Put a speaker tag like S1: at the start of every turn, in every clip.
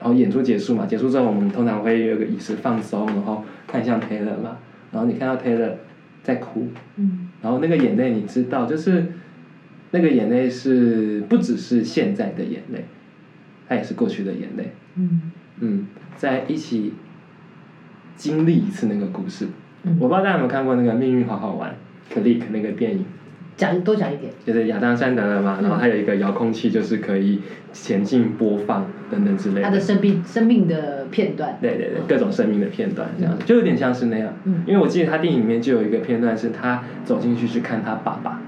S1: 然后演出结束嘛，结束之后我们通常会有一个仪式放松，然后看向 Taylor 嘛，然后你看到 Taylor 在哭，
S2: 嗯
S1: 然后那个眼泪你知道，就是那个眼泪是不只是现在的眼泪，它也是过去的眼泪，
S2: 嗯
S1: 嗯，在一起经历一次那个故事。
S2: 嗯，
S1: 我不知道大家有没有看过那个《命运好好玩》Click 那个电影，
S2: 讲多讲一点，
S1: 就是亚当·山德勒嘛，然后他有一个遥控器，就是可以前进、播放等等之类
S2: 他的
S1: 的。
S2: 生病生命的片段，
S1: 对对对
S2: 嗯，
S1: 各种生命的片段这样子，就有点像是那样。
S2: 嗯
S1: 因为我记得他电影里面就有一个片段是他走进去去看他爸爸，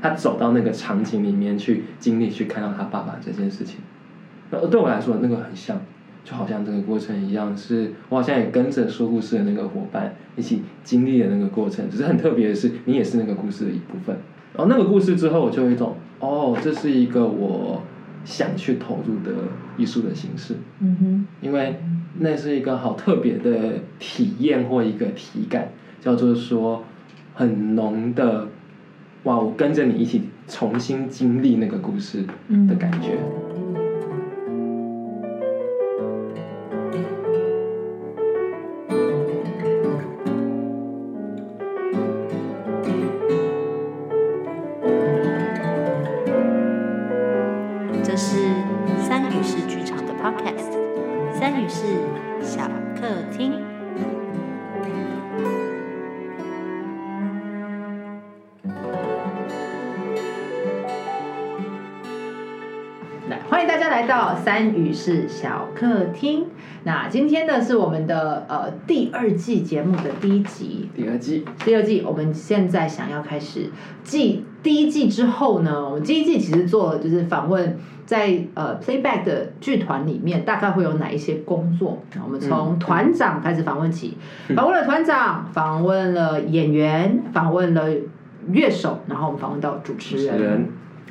S1: 他走到那个场景里面去经历去看到他爸爸这件事情。呃，对我来说那个很像，就好像这个过程一样，是我好像也跟着说故事的那个伙伴一起经历了那个过程。只是很特别的是，你也是那个故事的一部分。然后那个故事之后，我就有一种哦，这是一个我想去投入的艺术的形式。
S2: 嗯哼，
S1: 因为那是一个好特别的体验或一个体感，叫做说很浓的，哇！我跟着你一起重新经历那个故事
S2: 嗯
S1: 的感觉。
S3: 这是三语式剧场的 Podcast，三语式小客厅。
S2: 来，欢迎大家来到三语室小客厅。那今天呢是我们的呃第二季节目的第一集，
S1: 第二季，
S2: 第二季，我们现在想要开始季第一季之后呢，我们第一季其实做了就是访问在呃 Playback 的剧团里面，大概会有哪一些工作？我
S1: 嗯
S2: 们从团长开始访问起，访问了团长，访问了演员，访问了乐手，然后我们访问到主
S1: 主
S2: 持
S1: 持
S2: 人。
S1: 人，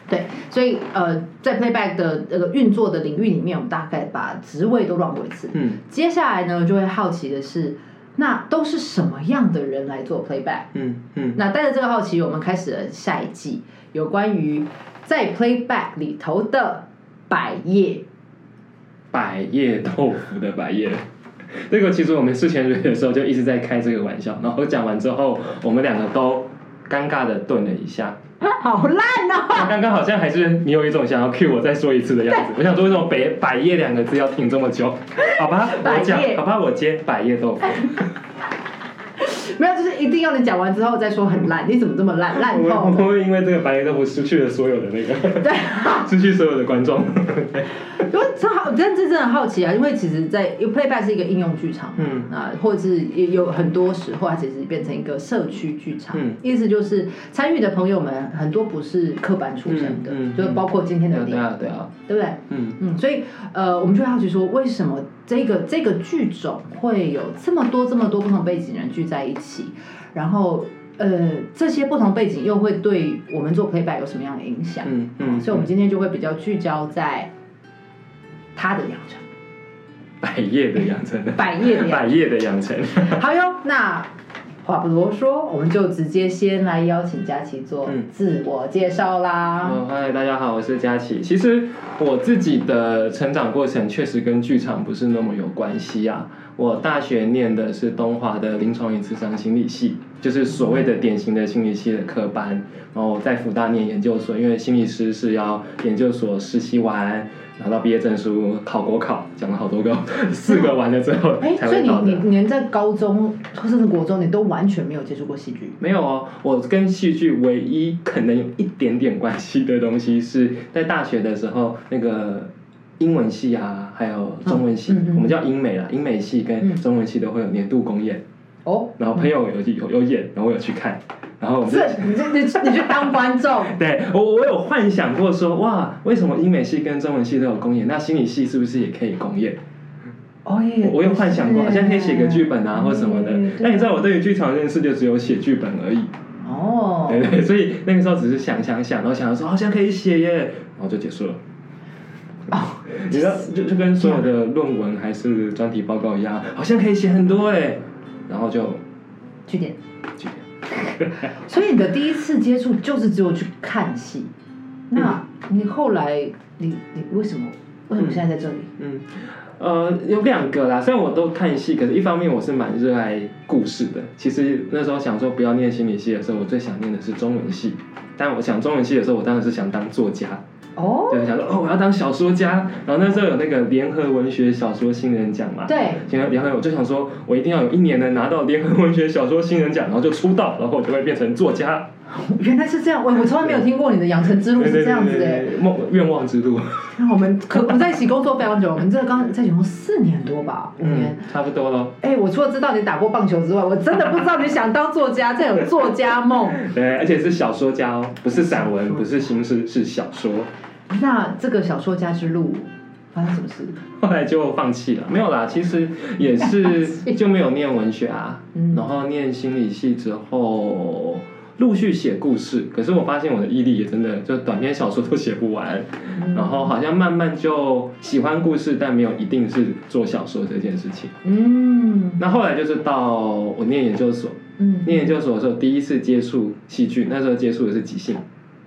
S2: 对，所以呃，在 Playback 的那个运作的领域里面，我们大概把职位都乱过一次。
S1: 嗯
S2: 接下来呢，就会好奇的是，那都是什么样的人来做 Playback？
S1: 嗯嗯，
S2: 那带着这个好奇，我们开始了下一季有关于在 Playback 里头的百叶。
S1: 百叶豆腐的百叶。这个其实我们之前蕊的时候就一直在开这个玩笑，然后讲完之后，我们两个都尴尬的顿了一下。
S2: 好烂哦！
S1: 刚刚好像还是你有一种想要 cue 我再说一次的样子。我想说，为什么“百百叶”两个字要停这么 久？好吧，
S2: 百
S1: 我
S2: 叶
S1: 讲，好吧，我接百叶 豆腐。
S2: 没有，就是一定要你讲完之后再说很烂，你怎么这么烂？烂
S1: 我
S2: 透
S1: 我
S2: 了！
S1: 会因为这个百叶豆腐失去了所有的那个，
S2: 对，啊
S1: 失去所有的观众。
S2: 因为这好，但这真的好奇啊，因为其实在，因为 Playback 是一个应用剧场嘛，
S1: 嗯
S2: 啊、或者是也有很多时候，它其实变成一个社区剧场。
S1: 嗯
S2: 意思就是参与的朋友们很多不是科班出身的，
S1: 嗯嗯
S2: 就是包括今天
S1: 对
S2: 的
S1: 啊，
S2: 你，
S1: 对啊，对啊，
S2: 对不对？
S1: 嗯，
S2: 嗯，所以呃，我们就会好奇说，为什么这个这个剧种会有这么多这么多不同背景人聚在一起，然后呃，这些不同背景又会对我们做 playback 有什么样的影响？
S1: 嗯嗯
S2: 所以我们今天就会比较聚焦在他的养成，
S1: 百叶嗯的养成，
S2: 百叶的养成
S1: 百叶的养成。
S2: 好哟，那话不多说，我们就直接先来邀请佳琪做
S1: 嗯
S2: 自我介绍啦。
S1: 嗯，嗨，大家好，我是佳琪。其实我自己的成长过程确实跟剧场不是那么有关系啊。我大学念的是东华的临床与智商心理系，就是所谓的典型的心理系的科班。然后我在福大念研究所，因为心理师是要研究所实习完，拿到毕业证书，考国考，讲了好多个，四个完了之后
S2: 哎、
S1: 才
S2: 所以
S1: 会
S2: 你
S1: 到的。
S2: 你你连在高中甚至国中，你都完全没有接触过戏剧。
S1: 没有哦，我跟戏剧唯一可能有一点点关系的东西是在大学的时候，那个英文系啊，还有中文系，
S2: 嗯嗯嗯
S1: 我们叫英美啦，英美系跟
S2: 嗯
S1: 中文系都会有年度公演，
S2: 哦，
S1: 然后朋友有有有演，然后我有去看，然后我们就
S2: 这你这你你去当观众，
S1: 对我我有幻想过说，哇，为什么英美系跟中文系都有公演，那心理系是不是也可以公演？
S2: 哦耶
S1: 我有幻想过，好像可以写个剧本啊，或什么的。那你知
S2: 道？
S1: 道我对于剧场的认识就只有写剧本而已。
S2: 哦，
S1: 对对，所以那个时候只是想想想，然后想到说好像可以写耶，然后就结束了。
S2: 哦，
S1: 你知道，就就跟所有的论文还是专题报告一样，好像可以写很多哎，然后就
S2: 据点。
S1: 就这样
S2: 所以你的第一次接触就是只有去看戏，那你后来你你为什么为什么现在在这里？
S1: 嗯嗯，呃，有两个啦。虽然我都看戏，可是一方面我是蛮热爱故事的。其实那时候想说不要念心理系的时候，我最想念的是中文系。但我想中文系的时候，我当然是想当作家，
S2: 哦，
S1: 对，想说哦，我要当小说家。然后那时候有那个联合文学小说新人奖嘛，
S2: 对，
S1: 现在联合我就想说，我一定要有一年能拿到联合文学小说新人奖，然后就出道，然后我就会变成作家。
S2: 原来是这样，我我从来没有听过你的养成之路哦是这样子欸
S1: 对
S2: 嗯
S1: 对
S2: 的
S1: 对。对对梦愿望之 路，
S2: 那我们可我们在一起工作非常久，我们这个刚在一起工作四年多吧，五年
S1: 嗯。，差不多咯。
S2: 哎、我除了知道你打过棒球之外，我真的不知道你想当作家，这有作家梦。
S1: 对，而且是小说家哦，不是散文，不是新诗，是小说。
S2: 那这个小说家之路发生什么事？
S1: 后来就放弃了，没有啦，其实也是就没有念文学啊，
S2: 嗯
S1: 然后念心理系之后。陆续写故事，可是我发现我的毅力也真的就短篇小说都写不完，然后好像慢慢就喜欢故事，但没有一定是做小说这件事情。
S2: 嗯
S1: 那后来就是到我念研究所，
S2: 嗯，
S1: 念研究所的时候第一次接触戏剧，那时候接触的是即兴，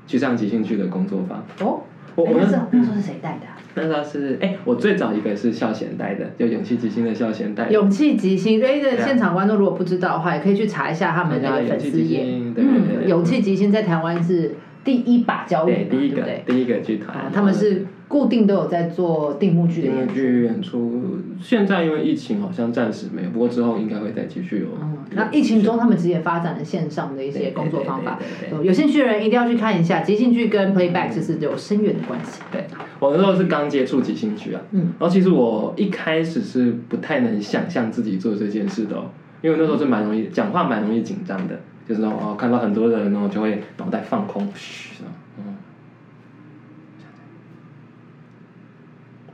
S1: 去上即兴剧的工作坊。
S2: 哦，
S1: 我我
S2: 哎那时
S1: 那
S2: 候那时候是谁带的啊、
S1: 那时候是哎、我最早一个是校贤带的，就勇气即兴的校贤带的。
S2: 勇气即兴，哎，这
S1: 对啊啊
S2: 现场观众如果不知道的话，也可以去查一下他们那个粉丝页。
S1: 勇气即兴对对
S2: 嗯，
S1: 对
S2: 勇气即兴在台湾是第一把交椅
S1: 对
S2: 嘛，
S1: 第一
S2: 对
S1: 个
S2: 不对？
S1: 第一个剧团
S2: 啊，，他们是固定都有在做定目剧的
S1: 音乐
S2: 演出。
S1: 剧演出。现在因为疫情好像暂时没有，不过之后应该会再继续有。
S2: 嗯，那疫情中他们其实也发展了线上的一
S1: 一
S2: 些工作方法，
S1: 对对对对对嗯
S2: 有有兴趣的人一定要去看一下，即兴剧跟 playback 其实有深远的关系。
S1: 对，我那时候是刚接触即兴剧啊，
S2: 嗯，
S1: 然后其实我一开始是不太能想象自己做这件事的、哦，因为那时候是蛮容易讲话，蛮容易紧张的，就是那种哦看到很多人，然后就会脑袋放空，嘘，这样嗯，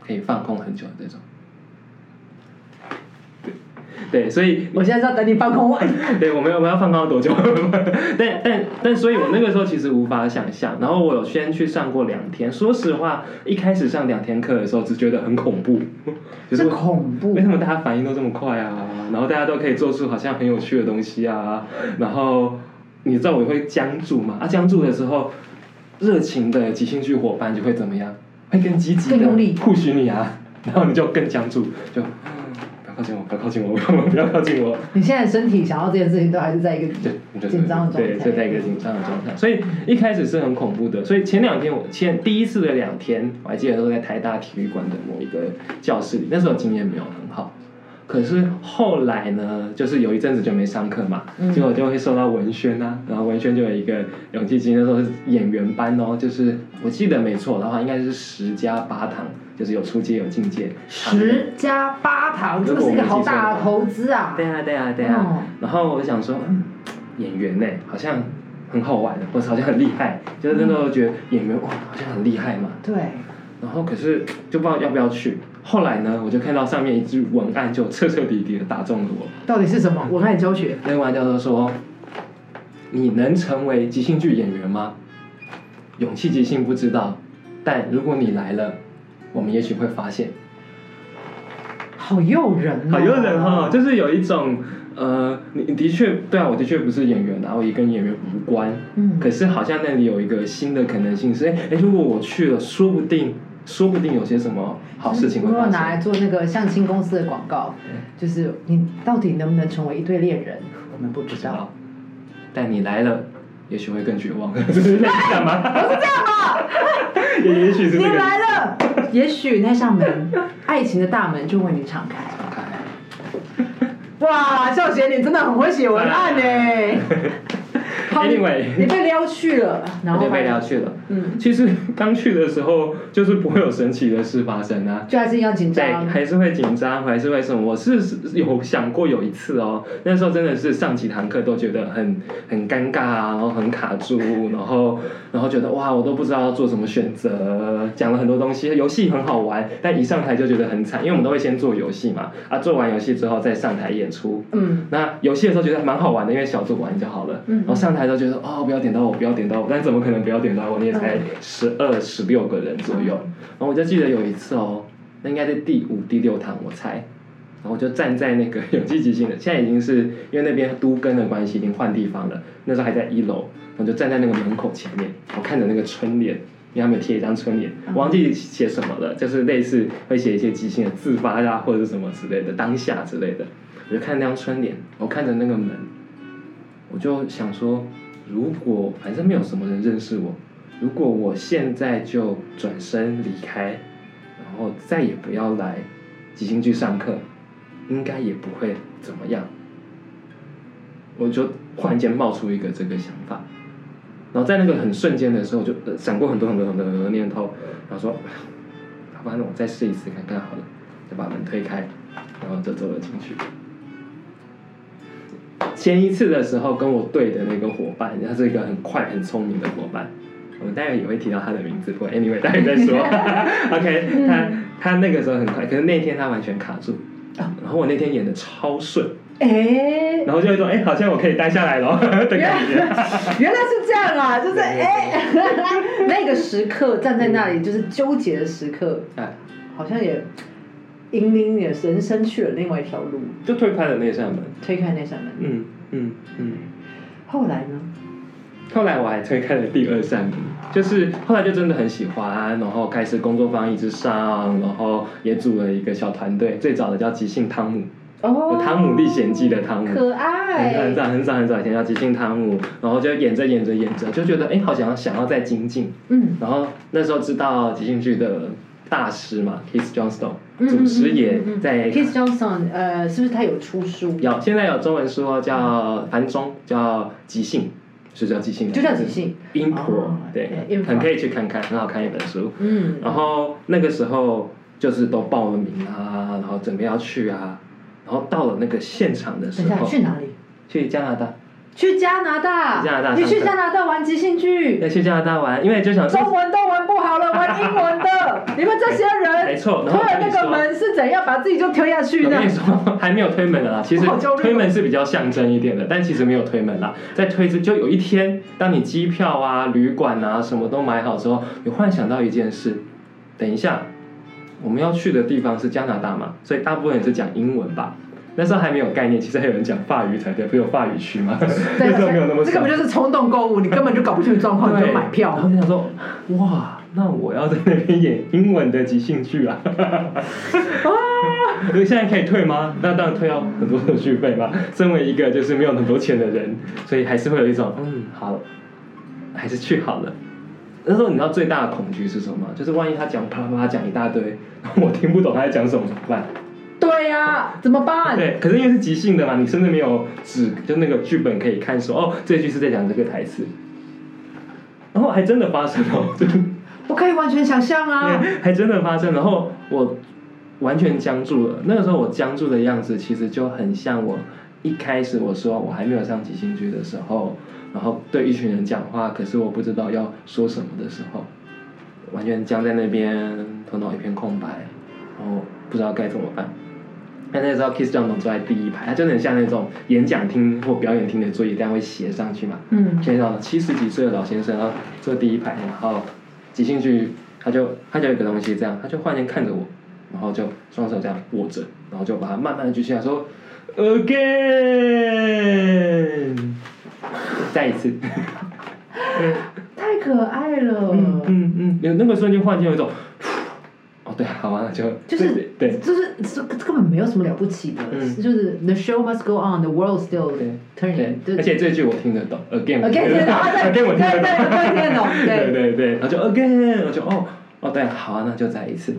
S1: 可以放空很久的这种。 对，对所以
S2: 我现在是要等你放空我。
S1: 对，我们我们要放高多久？ 但但但，所以我那个时候其实无法想象。然后我有先去上过两天，说实话，一开始上两天课的时候，只觉得很恐怖， 就是
S2: 是恐怖
S1: 为什么大家反应都这么快啊？然后大家都可以做出好像很有趣的东西啊。然后你知道我会僵住嘛？啊，僵住的时候，热情的即兴剧伙伴就会怎么样？会更积极的
S2: 更用力
S1: push 你啊，然后你就更僵住，就。嗯不要靠近我！不要靠近我！不要靠近我！
S2: 你现在身体想要这件事情都还是在一个
S1: 对，
S2: 紧张的状态。
S1: 对，就在一个紧张的状态。所以一开始是很恐怖的。所以前两天我前第一次的两天，我还记得都在台大体育馆的某一个教室里，那时候经验没有很好。可是后来呢，就是有一阵子就没上课嘛，
S2: 嗯
S1: 结果就会受到文轩啊，然后文轩就有一个勇气基金，那时候是演员班哦，就是我记得没错的话，应该是十加八堂，就是有出街有进阶，
S2: 十加八堂，这
S1: 如
S2: 个
S1: 果
S2: 是
S1: 我
S2: 一
S1: 没
S2: 个好
S1: 记错的
S2: 大的
S1: 话
S2: 投资啊！
S1: 对啊，对啊，对啊。
S2: 哦
S1: 然后我想说，嗯，演员呢、好像很好玩，或者好像很厉害，就是那时候觉得演员哇，好像很厉害嘛。
S2: 对，
S1: 然后可是就不知道要不要去。后来呢，我就看到上面一句文案，就彻彻底底的打中了我。
S2: 到底是什么？我看你教学。
S1: 那个文案叫做说：“你能成为即兴剧演员吗？勇气即兴不知道，但如果你来了，我们也许会发现。”
S2: 好诱人、哦，
S1: 好诱人哈、就是啊有一种呃，你你的确对啊，我的确不是演员啊，我也跟演员无关。
S2: 嗯
S1: 可是好像那里有一个新的可能性是，哎、哎，如果我去了，说不定说不定有些什么好事情
S2: 如
S1: 会
S2: 果
S1: 发
S2: 拿来
S1: 生。
S2: 做那个相亲公司的广告，就是你到底能不能成为一对恋人，我们不知道
S1: 好。，但你来了，也许会更绝 望。这是在干嘛？不是这样吧？ 也也许是
S2: 你
S1: 这个。
S2: 来了， 也许那扇门，爱情的大门就为你敞开。哇，笑贤，你真的很会写文案呢。好 你
S1: Anyway
S2: 你被撩去了，然
S1: 我
S2: 后
S1: 就被撩，去了。
S2: 嗯，
S1: 其实刚去的时候，就是不会有神奇的事发生啊。
S2: 就还是一样紧
S1: 对，
S2: 张。
S1: 还是会紧张，还是会什么？我是有想过有一次哦，那时候真的是上几堂课都觉得很很尴尬啊，然后很卡住，然后然后觉得哇，我都不知道要做什么选择，讲了很多东西，游戏很好玩，但一上台就觉得很惨，因为我们都会先做游戏嘛，啊，做完游戏之后再上台演出，
S2: 嗯，
S1: 那游戏的时候觉得蛮啊好玩的，因为小组玩就好了。
S2: 嗯
S1: 然后上台的时候觉得哦，不要点到我，不要点到我，但怎么可能不要点到我？你也才
S2: 嗯
S1: 十二、十六个人左右。
S2: 嗯
S1: 然后我就记得有一次哦，那应该是第五、第六堂，我猜。然后我就站在那个 有积极性的，现在已经是因为那边都跟的关系，已经换地方了。那时候还在一楼，我就站在那个门口前面，我看着那个春联，因为他们有贴一张春联，
S2: 嗯
S1: 忘记写什么了，就是类似会写一些即兴的自发呀、或者是什么之类的，当下之类的。我就看那张春联，我看着那个门，我就想说，如果反正没有什么人认识我，如果我现在就转身离开，然后再也不要来即兴剧上课，应该也不会怎么样。我就忽然间冒出一个这个想法，然后在那个很瞬间的时候，我就呃闪过很多很多很多很多的念头，然后说，哎要不然我再试一次看看好了，就把门推开，然后就走了进去。前一次的时候跟我对的那个伙伴，他是一个很快很聪明的伙伴，我们待会也会提到他的名字，不过 anyway 待会再说。OK，他他那个时候很快，可是那天他完全卡住，然后我那天演的超顺，
S2: 哎，
S1: 然后就有一种哎、好像我可以待下来 了的感觉。
S2: 原来是这样啊，就是
S1: 对对对
S2: 哎， 那个时刻站在那里就是纠结的时刻，
S1: 哎，
S2: 好像也嗯引领你的人生去了另外一条路，
S1: 就推开了那扇门。
S2: 推开那扇门。
S1: 嗯嗯嗯。
S2: 后来呢？
S1: 后来我还推开了第二扇门，就是后来就真的很喜欢，啊然后开始工作坊一直上，然后也组了一个小团队，最早的叫即兴汤姆，有
S2: 哦，
S1: 《汤姆历险记》的汤姆。
S2: 哦可
S1: 很很
S2: 爱，
S1: 早很早很早以前叫即兴汤姆，然后就演着演着演着就觉得哎、好想要想要再精进，
S2: 嗯
S1: 然后那时候知道即兴剧的大师嘛，Keith Johnstone，
S2: 嗯嗯
S1: 祖师爷
S2: 嗯嗯嗯
S1: 在
S2: ，Kiss Johnson，呃，是不是他有出书？
S1: 有现在有中文说叫繁中，叫即兴，是叫即兴，
S2: 就叫即兴。
S1: impro，
S2: 哦
S1: 对，
S2: 对
S1: 很
S2: improv
S1: 可以去看看，很好看一本书。
S2: 嗯，
S1: 然后那个时候就是都报了名啊，然后准备要去啊，然后到了那个现场的时
S2: 等一下
S1: 候，
S2: 去哪里？
S1: 去加拿大，
S2: 去加拿大，
S1: 去加拿大
S2: 你去
S1: 上课
S2: 加拿大玩即兴剧
S1: 要，去加拿大玩，因为就想
S2: 中文都玩不好了，玩英文 的，你们这些人，
S1: 没错然后
S2: 推
S1: 我
S2: 了那
S1: 跟
S2: 个
S1: 你说
S2: 门是怎样把自己就推下去
S1: 我
S2: 呢
S1: 跟你？说，还没有推门的啦。其实
S2: 我好焦虑哦
S1: 推门是比较象征一点的，但其实没有推门啦。在推之就有一天，当你机票啊、旅馆啊什么都买好之后，你忽然想到一件事：等一下，我们要去的地方是加拿大嘛，所以大部分人是讲英文吧。那时候还没有概念，其实还有人讲法语才对，不是有法语区吗？那
S2: 对
S1: 时候没有那么
S2: 这根本
S1: 少
S2: 就是冲动购物，你根本就搞不清楚状况，你
S1: 对，
S2: 就买票
S1: 然后。就想说，哇，那我要在那边演英文的即兴剧 啊！现在可以退吗？那当然退要很多手续费嘛。身为一个就是没有很多钱的人，所以还是会有一种嗯，好，还是去好了。那时候你知道最大的恐惧是什么吗？就是万一他讲啪啪啪讲一大堆，然后我听不懂他在讲什么怎么办？
S2: 对呀，怎么办？
S1: 对，可是因为是即兴的嘛，你甚至没有纸，就那个剧本可以看说，哦，这句是在讲这个台词，然后还真的发生了，就是
S2: 我可以完全想象啊。
S1: 还真的发生，然后我完全僵住了。那个时候我僵住的样子，其实就很像我一开始我说我还没有上即兴剧的时候，然后对一群人讲话，可是我不知道要说什么的时候，完全僵在那边，头脑一片空白，然后不知道该怎么办。但那时候 Kiss John 坐在第一排，他真的很像那种演讲厅或表演厅的座椅，但会斜上去嘛。
S2: 嗯，
S1: 先生，七十几岁的老先生，然后坐第一排，然后挤进去，他就他就有一个东西这样，他就忽然间看着我，然后就双手这样握着，然后就把它慢慢的举起来说，again，再一次，
S2: 太可爱了。
S1: 嗯嗯嗯，有那个瞬间忽然间有一种，哦对，好完了就
S2: 就是
S1: 对对
S2: 就是这这根本没有什么了不起的，
S1: 嗯
S2: 就是 the show must go on, the world still
S1: 对
S2: turning，，
S1: 而且这句我听得懂，again，
S2: again
S1: 我听得懂，again
S2: again，
S1: 啊我听得懂，
S2: 对对对哦
S1: 对
S2: 对懂 对
S1: 对对，然后就 again，我就哦哦对，好啊，那就再一次。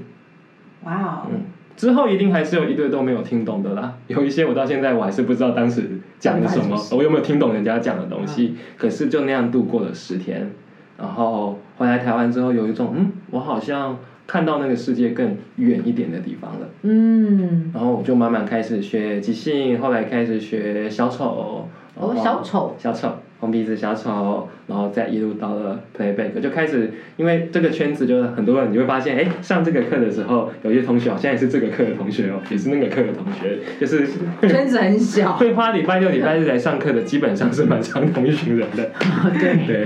S2: 哇哦，
S1: 嗯，之后一定还是有一堆都没有听懂的啦，有一些我到现在我还是不知道当时讲的什
S2: 到底发生什么嗯
S1: 么，
S2: 事
S1: 我有没有听懂人家讲的东西，可是就那样度过了十天，然后回来台湾之后有一种，嗯，我好像看到那个世界更远一点的地方了，
S2: 嗯，
S1: 然后我就慢慢开始学即兴，后来开始学小丑，然后
S2: 哦，小丑，
S1: 小丑，红鼻子小丑，哦然后再一路到了 playback，就开始，因为这个圈子就是很多人，你会发现，哎，上这个课的时候，有些同学好像也是这个课的同学哦，也是那个课的同学，就是
S2: 圈子很小，
S1: 会花礼拜六、礼拜日来上课的，基本上是蛮常同一群人 的。对对
S2: 对。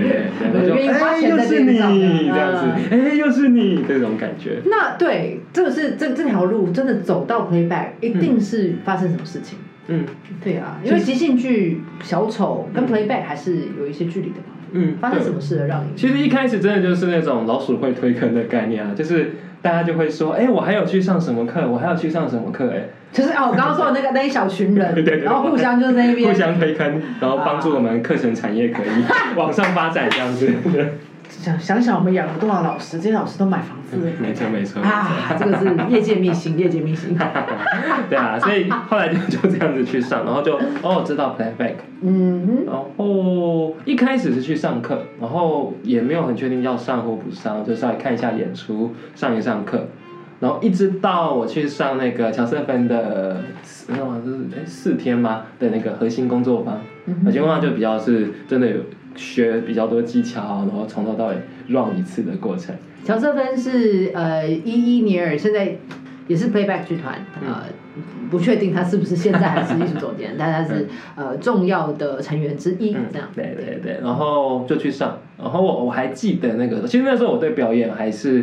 S1: 对，然后
S2: 有
S1: 就
S2: 愿意花
S1: 哎，
S2: 钱
S1: 又
S2: 在
S1: 是
S2: 这
S1: 你
S2: 边上啊的
S1: 这样子，哎，又是你这种感觉。
S2: 那对，这个是这这条路真的走到 playback，一定是发生什么事情？
S1: 嗯，
S2: 对啊，
S1: 其
S2: 因
S1: 实
S2: 为即兴剧、小丑跟
S1: 嗯
S2: playback 还是有一些距离的嘛。
S1: 嗯，
S2: 发生
S1: 对
S2: 什么事了让你？
S1: 其实一开始真的就是那种老鼠会推坑的概念啊，就是大家就会说，哎、我还有去上什么课，我还有去上什么课、
S2: 就是哦，我刚刚说的那个那一小群人，
S1: 对对对
S2: 然后互相就是那
S1: 哎，
S2: 一边
S1: 互相推坑，然后帮助我们课程产业 可以往上发展这样子。对
S2: 想想想，我们养了多少老师，这些老师都买房子了
S1: 没错没错，
S2: 啊！这个是业界秘辛，业界秘 辛。
S1: 对啊，所以后来就就这样子去上，然后就哦知道 playback，
S2: 嗯
S1: 然后一开始是去上课，然后也没有很确定要上或不上，就稍微看一下演出，上一上课，然后一直到我去上那个乔瑟芬的，那就是哎四天吗的那个核心工作坊，
S2: 嗯
S1: 核
S2: 哼
S1: 心工作坊就比较是真的有学比较多技巧，啊然后从头到尾 run 一次的过程。
S2: 乔瑟芬是呃伊伊尼尔，现在也是 Playback 剧团呃。
S1: 嗯
S2: 不确定他是不是现在还是艺术总监，但他是呃重要的成员之一，这样。
S1: 嗯对对对，然后就去上，然后我我还记得那个，其实那时候我对表演还是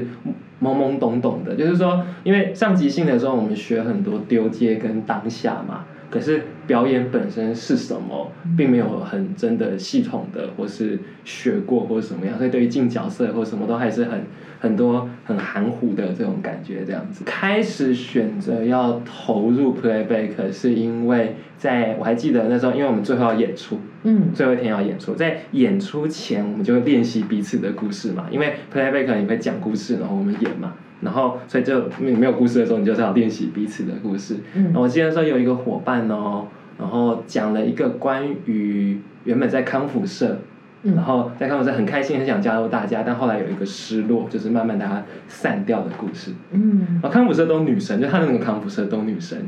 S1: 懵懵懂懂的，就是说，因为上即兴的时候我们学很多丢接跟当下嘛，可是表演本身是什么，
S2: 嗯
S1: 并没有很真的系统的或是学过或是什么样，所以对于进角色或什么都还是很很多很含糊的这种感觉这样子。开始选择要投入 playback 是因为在我还记得那时候，因为我们最后要演出。
S2: 嗯
S1: 最后一天要演出，在演出前我们就会练习彼此的故事嘛，因为 playback 你会讲故事，然后我们演嘛，然后所以就你没有故事的时候，你就是要练习彼此的故事。
S2: 嗯
S1: 然后我记得说有一个伙伴哦，然后讲了一个关于原本在康复社，
S2: 嗯
S1: 然后在康复社很开心，很想加入大家，但后来有一个失落，就是慢慢大家散掉的故事。
S2: 嗯
S1: 然后哦康普社都女神，就他的那个康普社都女神。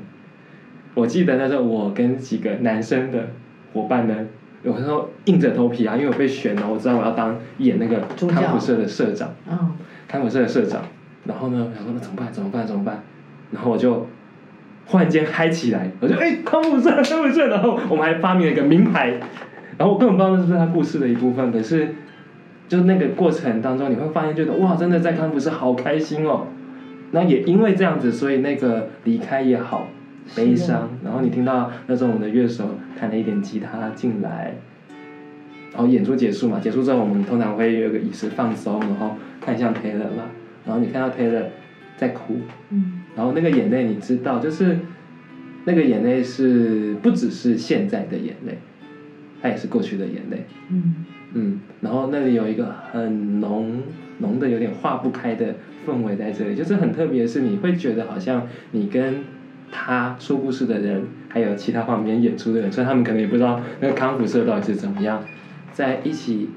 S1: 我记得那时候我跟几个男生的伙伴呢，有时候硬着头皮啊，因为我被选了，我知道我要当演那个
S2: 主角
S1: 康普社的社长，
S2: 嗯
S1: 康普社的社长。然后呢，我想说那怎么办？怎么办？怎么办？然后我就忽然间嗨起来，我就哎、康普社，康普社。然后我们还发明了一个名牌，然后我根本不知道那是不是他故事的一部分，可是就那个过程当中，你会发现觉得哇，真的在康复社好开心哦。然后也因为这样子，所以那个离开也好悲
S2: 是
S1: 伤
S2: 啊。
S1: 然后你听到那时候我们的乐手弹了一点吉他进来，然后演出结束嘛，结束之后我们通常会有一个仪式放松，然后看向 Taylor 嘛，然后你看到 Taylor 在哭，
S2: 嗯
S1: 然后那个眼泪你知道，就是那个眼泪是不只是现在的眼泪，它也是过去的眼泪。
S2: 嗯
S1: 嗯，然后那里有一个很浓浓的、有点化不开的氛围在这里，就是很特别的是，你会觉得好像你跟他说故事的人，还有其他旁边演出的人，虽然他们可能也不知道那个康复社到底是怎么样，在一起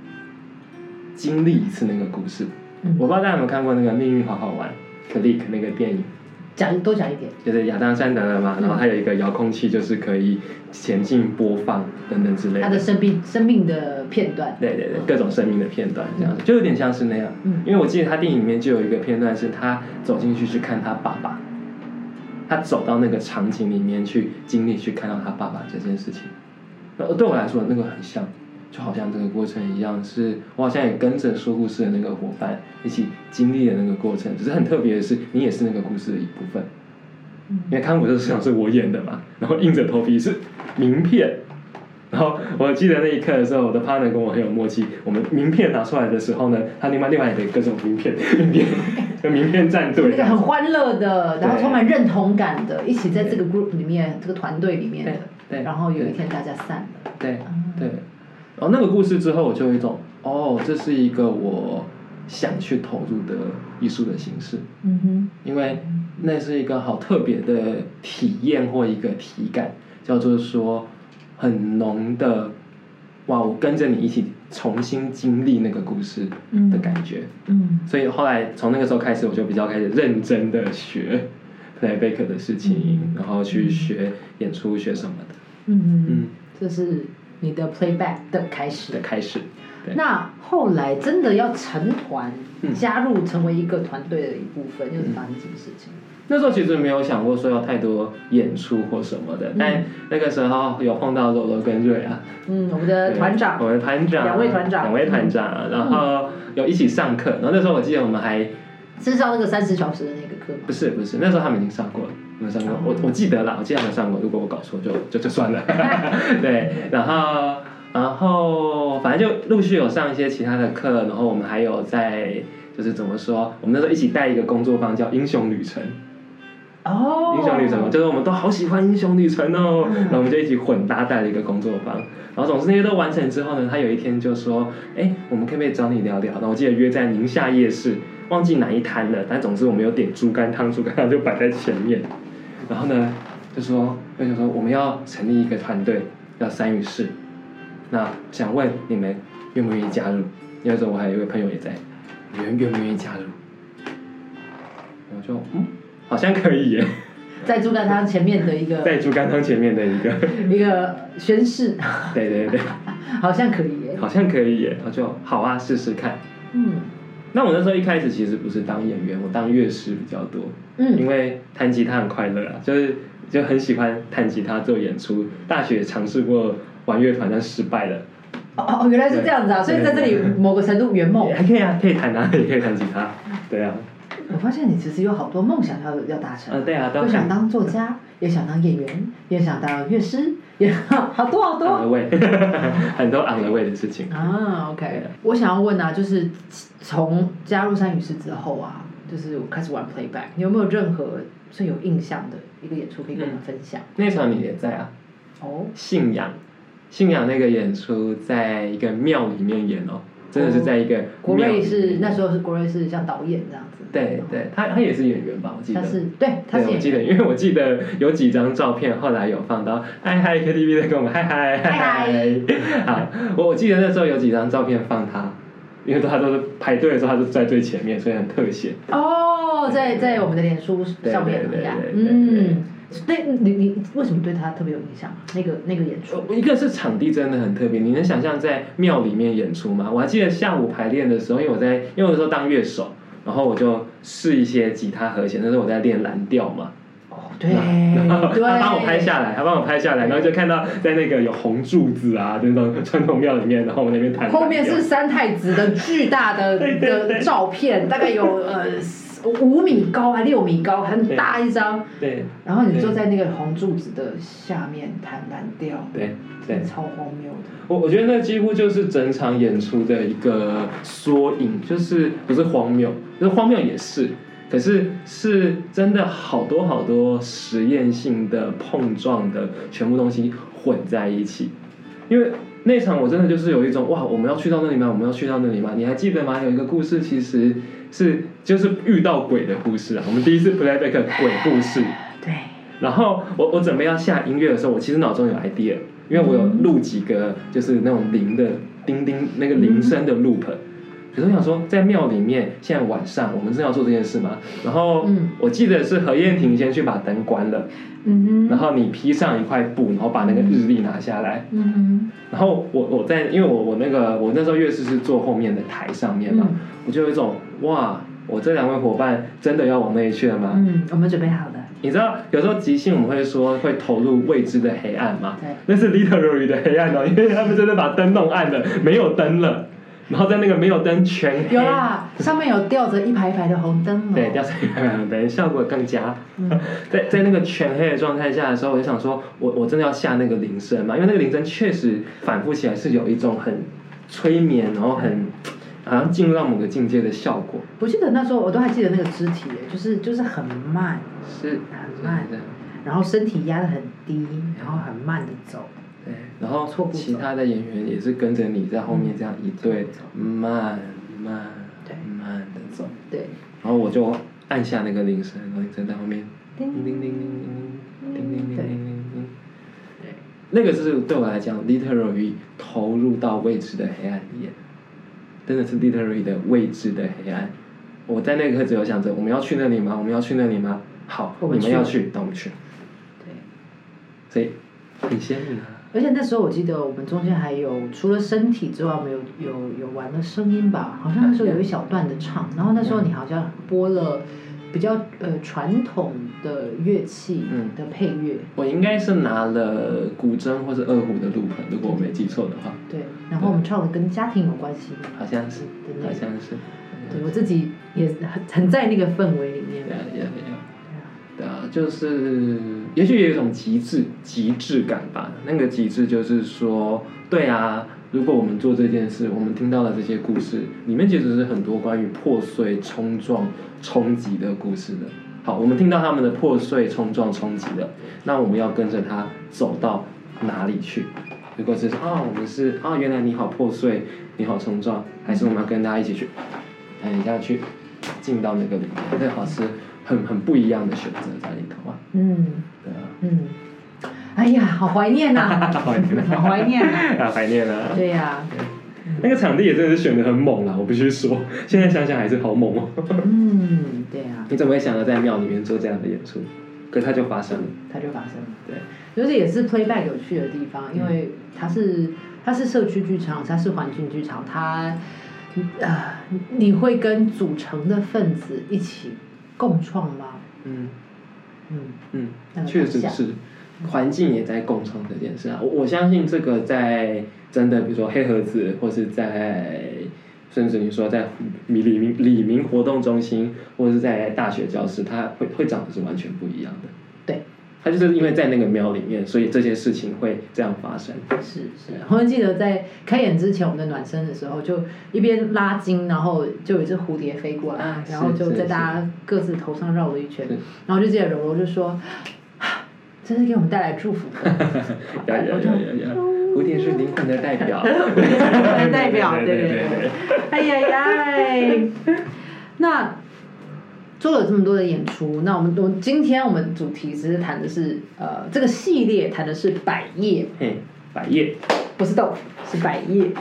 S1: 经历一次那个故事。
S2: 嗯，
S1: 我不知道大家有没有看过那个《命运好好玩》Click 那个电影，
S2: 讲多讲一点。
S1: 就是亚当·山德勒嘛，然后他有一个遥控器，就是可以前进、播放等等之类
S2: 他的生病生病的片段。
S1: 对对对，各种生命的片段这样子，就有点像是那样。
S2: 嗯
S1: 因为我记得他电影里面就有一个片段是他走进去去看他爸爸，他走到那个场景里面去经历去看到他爸爸这件事情。那对我来说，那个很像，就好像这个过程一样，是我好像也跟着说故事的那个伙伴一起经历了那个过程。只是很特别的是，你也是那个故事的一部分。因为康普特市长是我演的嘛， 然后硬着头皮是名片。然后我记得那一刻的时候，我的 partner 跟我很有默契。我们名片拿出来的时候呢，他另外另外的各种名片、 名片、跟名片战队
S2: 那
S1: 这
S2: 个
S1: 样
S2: 很
S1: 子。
S2: 欢乐的，然后
S1: 对
S2: 充满认同感的，一起在这个 group 里面，这个团队里面的，
S1: 对对
S2: 然后有一天大家散了，
S1: 对
S2: 嗯
S1: 对。然后那个故事之后，我就有一种哦，这是一个我想去投入的艺术的形式，
S2: 嗯哼，
S1: 因为那是一个好特别的体验或一个体感，叫做说很浓的，哇！我跟着你一起重新经历那个故事的感觉。
S2: 嗯
S1: 所以后来从那个时候开始，我就比较开始认真的学 playback 的事情，
S2: 嗯
S1: 然后去学演出、学什么的，
S2: 嗯哼
S1: 嗯，
S2: 这是你的 playback 的开始
S1: 的。开始。对
S2: 那后来真的要成团，
S1: 嗯
S2: 加入成为一个团队的一部分，又是发生什么事情？
S1: 那时候其实没有想过说要太多演出或什么的，但那个时候有碰到柔柔跟瑞啊，
S2: 嗯，我们的
S1: 对哦
S2: 团
S1: 我
S2: 长，
S1: 们团长，
S2: 两位团长嗯
S1: 两位团长，啊然后有一起上课，然后那时候我记得我们还
S2: 是上那个三十小时的那个课
S1: 不
S2: 吗？
S1: 是不是，那时候他们已经上过了，他们上过，
S2: 哦
S1: 我我记得啦，我记得他们上过，如果我搞错就就就算了。对，然后然后反正就陆续有上一些其他的课，然后我们还有在就是怎么说，我们那时候一起带一个工作坊叫英雄旅程，
S2: 哦，
S1: 英雄旅程，就是我们都好喜欢英雄旅程哦，然后我们就一起混搭带了一个工作坊，然后总之那些都完成之后呢，他有一天就说，哎，我们可不可以找你聊聊？那我记得约在宁夏夜市，忘记哪一摊了，但总之我们有点猪肝汤，猪肝汤就摆在前面，然后呢就说，就想说我们要成立一个团队，叫三与四，那想问你们愿不愿意加入？因为那时候我还有一位朋友也在，你们愿不愿意加入？我就嗯，好像可以耶。
S2: 在猪肝汤前面的一个
S1: 在猪肝汤前面的一个，
S2: 一个宣誓，
S1: 对对对，
S2: 好像可以耶。
S1: 好像可以耶，我就好啊，试试看。
S2: 嗯
S1: 那我那时候一开始其实不是当演员，我当乐师比较多，因
S2: 嗯
S1: 为弹吉他很快乐啊，就是就很喜欢弹吉他做演出。大学尝试过玩乐团，但失败了。
S2: 哦哦，原来是这样子啊！所以在这里某个程度圆梦
S1: 也。还可以啊，可以弹啊，也可以弹吉他。对啊，
S2: 我发现你其实有好多梦想要要达成，
S1: 啊对啊，
S2: 又
S1: 当
S2: 想当作家，也想当演员，也想当乐师，也好多
S1: on
S2: 好
S1: the
S2: 多。
S1: way，很多 on the way 的事情。
S2: 啊，OK，我想要问啊，就是从加入三语师之后啊，就是我开始玩 playback，你有没有任何最有印象的一个演出可以跟我
S1: 嗯
S2: 们分享？
S1: 那场你也在啊？
S2: 哦，
S1: 信仰，信仰那个演出在一个庙里面演哦，真的是在一个
S2: 国
S1: 庙里
S2: 瑞
S1: 面
S2: 是那时候是国瑞是像导演这样子，
S1: 对对，他他也是演员吧？我记得
S2: 他是对他是
S1: 对我
S2: 演
S1: 记
S2: 员，
S1: 得，因为我记得有几张照片，后来有放到嗨嗨 KTV 的跟我们嗨嗨
S2: 嗨
S1: 嗨，好，我我记得那时候有几张照片放他，因为他都是排队的时候，他都在最前面，所以很特写。
S2: 哦，在
S1: 对
S2: 在我们的脸书上面有
S1: 对对
S2: 呀
S1: 对，对对
S2: 嗯，那你你为什么对他特别有印象啊？那个那个演出，
S1: 呃一个是场地真的很特别，你能想象在庙里面演出吗？我还记得下午排练的时候，因为我在，因为我那时候当乐手，然后我就试一些吉他和弦，那时候我在练蓝调嘛，
S2: 哦，对
S1: 然 后
S2: 对，
S1: 他帮我拍下来，他帮我拍下来，然后就看到在那个有红柱子啊，那种传统庙里面，然后我们那边弹。
S2: 后面是三太子的巨大的
S1: 对对对
S2: 的照片，大概有呃四五米高还六米高，很大一张。
S1: 对
S2: 然后你就在那个红柱子的下面弹蓝调，
S1: 对对，
S2: 超荒谬的。
S1: 我我觉得那几乎就是整场演出的一个缩影，就是不是荒谬，就是荒谬也是，可是是真的好多好多实验性的碰撞的全部东西混在一起，因为那场我真的就是有一种哇，我们要去到那里吗？我们要去到那里吗？你还记得吗？有一个故事其实是就是遇到鬼的故事啊，我们第一次 playback 鬼故事。
S2: 对，
S1: 然后我我准备要下音乐的时候，我其实脑中有 idea，因为我有
S2: 嗯
S1: 录几个就是那种铃的叮叮那个铃声
S2: 嗯
S1: 的 loop。可是我想说，在庙里面，现在晚上我们真的要做这件事吗？然后
S2: 嗯
S1: 我记得是何燕婷先去把灯关了，
S2: 嗯
S1: 然，后你披上一块布，然后把那个日历拿下来。
S2: 嗯
S1: 然后我我在因为我我那个我那时候乐师是坐后面的台上面嘛，
S2: 嗯
S1: 我就有一种哇，我这两位伙伴真的要往那里去了吗？
S2: 嗯，我们准备好了。
S1: 你知道有时候即兴我们会说会投入未知的黑暗嘛？
S2: 对，
S1: 那是 literally 的黑暗哦，因为他们真的把灯弄暗了，没有灯了，然后在那个没有灯全黑，
S2: 有啦，上面有吊着一排一排的红灯哦。
S1: 对，掉下来 的灯效果更佳。
S2: 嗯
S1: 在在那个全黑的状态下的时候，我就想说我我真的要下那个铃声嘛，因为那个铃声确实反复起来是有一种很催眠，然后很好像进入到某个境界的效果，
S2: 我记得那时候我都还记得那个肢体耶，就是就是很慢，
S1: 是
S2: 很慢
S1: 的。
S2: 然后身体压得很低，然后很慢的走。
S1: 对，然后
S2: 错过
S1: 其他的演员也是跟着你在后面这样一对慢慢
S2: 对
S1: 慢的走，
S2: 对，
S1: 然后我就按下那个铃声，然后铃声在后面
S2: 叮
S1: 叮叮叮叮叮叮叮叮叮叮叮，
S2: 对，
S1: 那个是对我来讲 literally 投入到未知的黑暗里耶，真的是 literally 的未知的黑暗。我在那一刻只有想着我们要去那里吗？我们要去那里吗？好，
S2: 我们
S1: 你
S2: 去
S1: 们要去，那我们去。
S2: 对，
S1: 所以很鲜明啊。
S2: 而且那时候我记得我们中间还有除了身体之外，我们有有有玩了声音吧，好像那时候有一小段的唱，
S1: 嗯
S2: 然后那时候你好像播了比较呃传统的乐器
S1: 嗯
S2: 的配乐，
S1: 我应该是拿了古筝或是二胡的录盆，如果我没记错的话，
S2: 对，然后我们唱了跟家庭有关系的，
S1: 好像是，好像是。
S2: 对我自己也很很在那个氛围里面
S1: 对。啊，对啊，对啊，对啊，就是也许有一种极致极致感吧。那个极致就是说，对啊，如果我们做这件事，我们听到了这些故事，里面其实是很多关于破碎、冲撞、冲击的故事的。好，我们听到他们的破碎、冲撞、冲击了，那我们要跟着他走到哪里去？如果是哦，我们是哦，原来你好破碎，你好冲撞，还是我们要跟大家一起去，哎等一下去进到那个里面，那好是很很不一样的选择在里头啊，
S2: 嗯
S1: 对啊，
S2: 嗯，哎呀，好怀念呐、
S1: 好怀念
S2: 好怀念 啊！
S1: 啊，怀念了、
S2: 对呀、
S1: 那个场地也真的是选的很猛啦，我必须说，现在想想还是好猛哦、
S2: 嗯，对呀、
S1: 你怎么会想到在庙里面做这样的演出？可它就发生了，
S2: 它就发生了。
S1: 对，
S2: 就是也是 playback 有趣的地方，
S1: 嗯
S2: 因为它是它是社区剧场，它是环境剧场，它呃，你会跟组成的分子一起共创吗？
S1: 嗯
S2: 嗯，
S1: 嗯。
S2: 那个
S1: 确实
S2: 当下
S1: 是，环境也在共创这件事啊。我我相信这个在真的，比如说黑盒子，或是在甚至你说在米里明里明活动中心，或者是在大学教室，它会会长得是完全不一样的。
S2: 对，
S1: 它就是因为在那个庙里面，所以这些事情会这样发生。
S2: 是是，我还记得在开演之前，我们的暖身的时候，就一边拉筋，然后就有一只蝴蝶飞过来，
S1: 啊是
S2: 然后就是在
S1: 是
S2: 大家各自头上绕了一圈
S1: 是，
S2: 然后就记得柔柔就说。啊真是给我们带来祝福 的，
S1: 呀
S2: 哦
S1: 呀呀呀呀！蝴蝶是灵魂的代 表，
S2: 魂的代表对对对哎呀呀！那做了这么多的演出，那我们我今天我们主题只是谈的是呃这个系列谈的是百叶，
S1: 嘿，百叶，
S2: 不是豆腐，是百叶。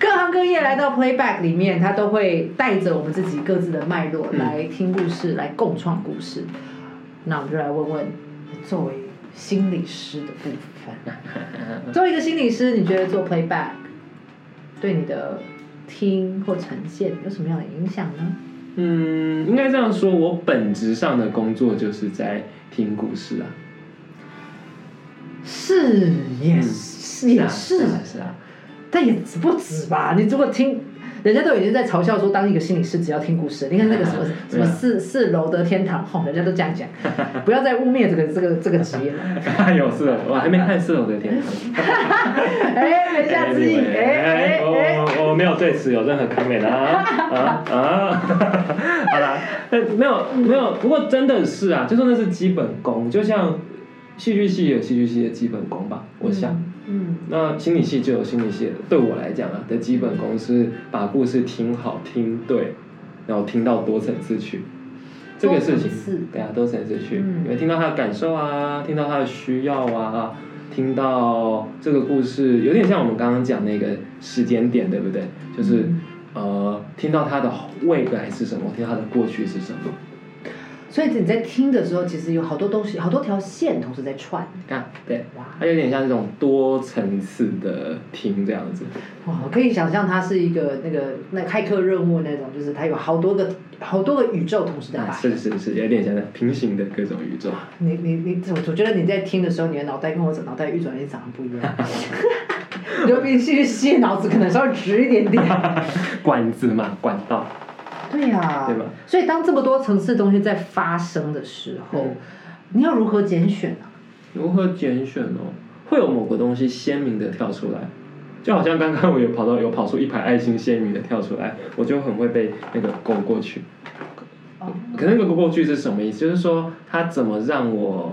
S2: 各行各业来到 Playback 里面，他都会带着我们自己各自的脉络
S1: 嗯
S2: 来听故事，来共创故事。那我们就来问问，作为心理师的部分，啊作为一个心理师，你觉得做 Playback 对你的听或呈现有什么样的影响呢？
S1: 嗯，应该这样说，我本质上的工作就是在听故事啊。
S2: 是，也嗯是，也
S1: 啊
S2: 是，
S1: 啊是啊，
S2: 但也不止吧？你如果听，人家都已经在嘲笑说，当一个心理师只要听故事。你看那个什么什
S1: 对
S2: 么
S1: 啊
S2: 四四楼的天堂，吼，人家都这 样讲，不要再污蔑这个这个这个职业了。
S1: 啊有四楼，我还没看四楼的天堂。
S2: 哎，没 下之 意，哎哎哎，
S1: 我我没有对此有任何 comment 啊啊啊！ 好啦，但没有没有，不过真的是啊，就说那是基本功，就像戏剧系有戏剧系的基本功吧，我想。
S2: 嗯，
S1: 那心理系就有心理系的，对我来讲啊的基本功是把故事听好、听对，然后听到多层次去。这个事
S2: 多层
S1: 情
S2: 次，
S1: 对啊，多层次去，
S2: 嗯
S1: 你会听到他的感受啊，听到他的需要啊，听到这个故事，有点像我们刚刚讲那个时间点，对不对？就是、
S2: 嗯
S1: 呃，听到他的未来是什么，听到他的过去是什么。
S2: 所以你在听的时候，其实有好多东西，好多条线同时在串。
S1: 看，对，
S2: 哇
S1: 它有点像这种多层次的听这样子。
S2: 哇，我可以想象它是一个那个那骇客任务那种，就是它有好多个好多个宇宙同时在
S1: 啊，
S2: 摆。
S1: 是是是，有点像那平行的各种宇宙。
S2: 你你你，我我觉得你在听的时候，你的脑袋跟我脑袋运转力长得不一样， 尤其是细脑子可能稍微直一点 点。
S1: 管子嘛，管道。
S2: 对呀、
S1: 对吧？
S2: 所以当这么多层次的东西在发生的时候，
S1: 嗯
S2: 你要如何拣选啊？
S1: 如何拣选哦？会有某个东西鲜明的跳出来，就好像刚刚我有跑到有跑出一排爱心鲜明的跳出来，我就很会被那个勾过去。
S2: 哦
S1: 可那个勾过去是什么意思？就是说他怎么让我。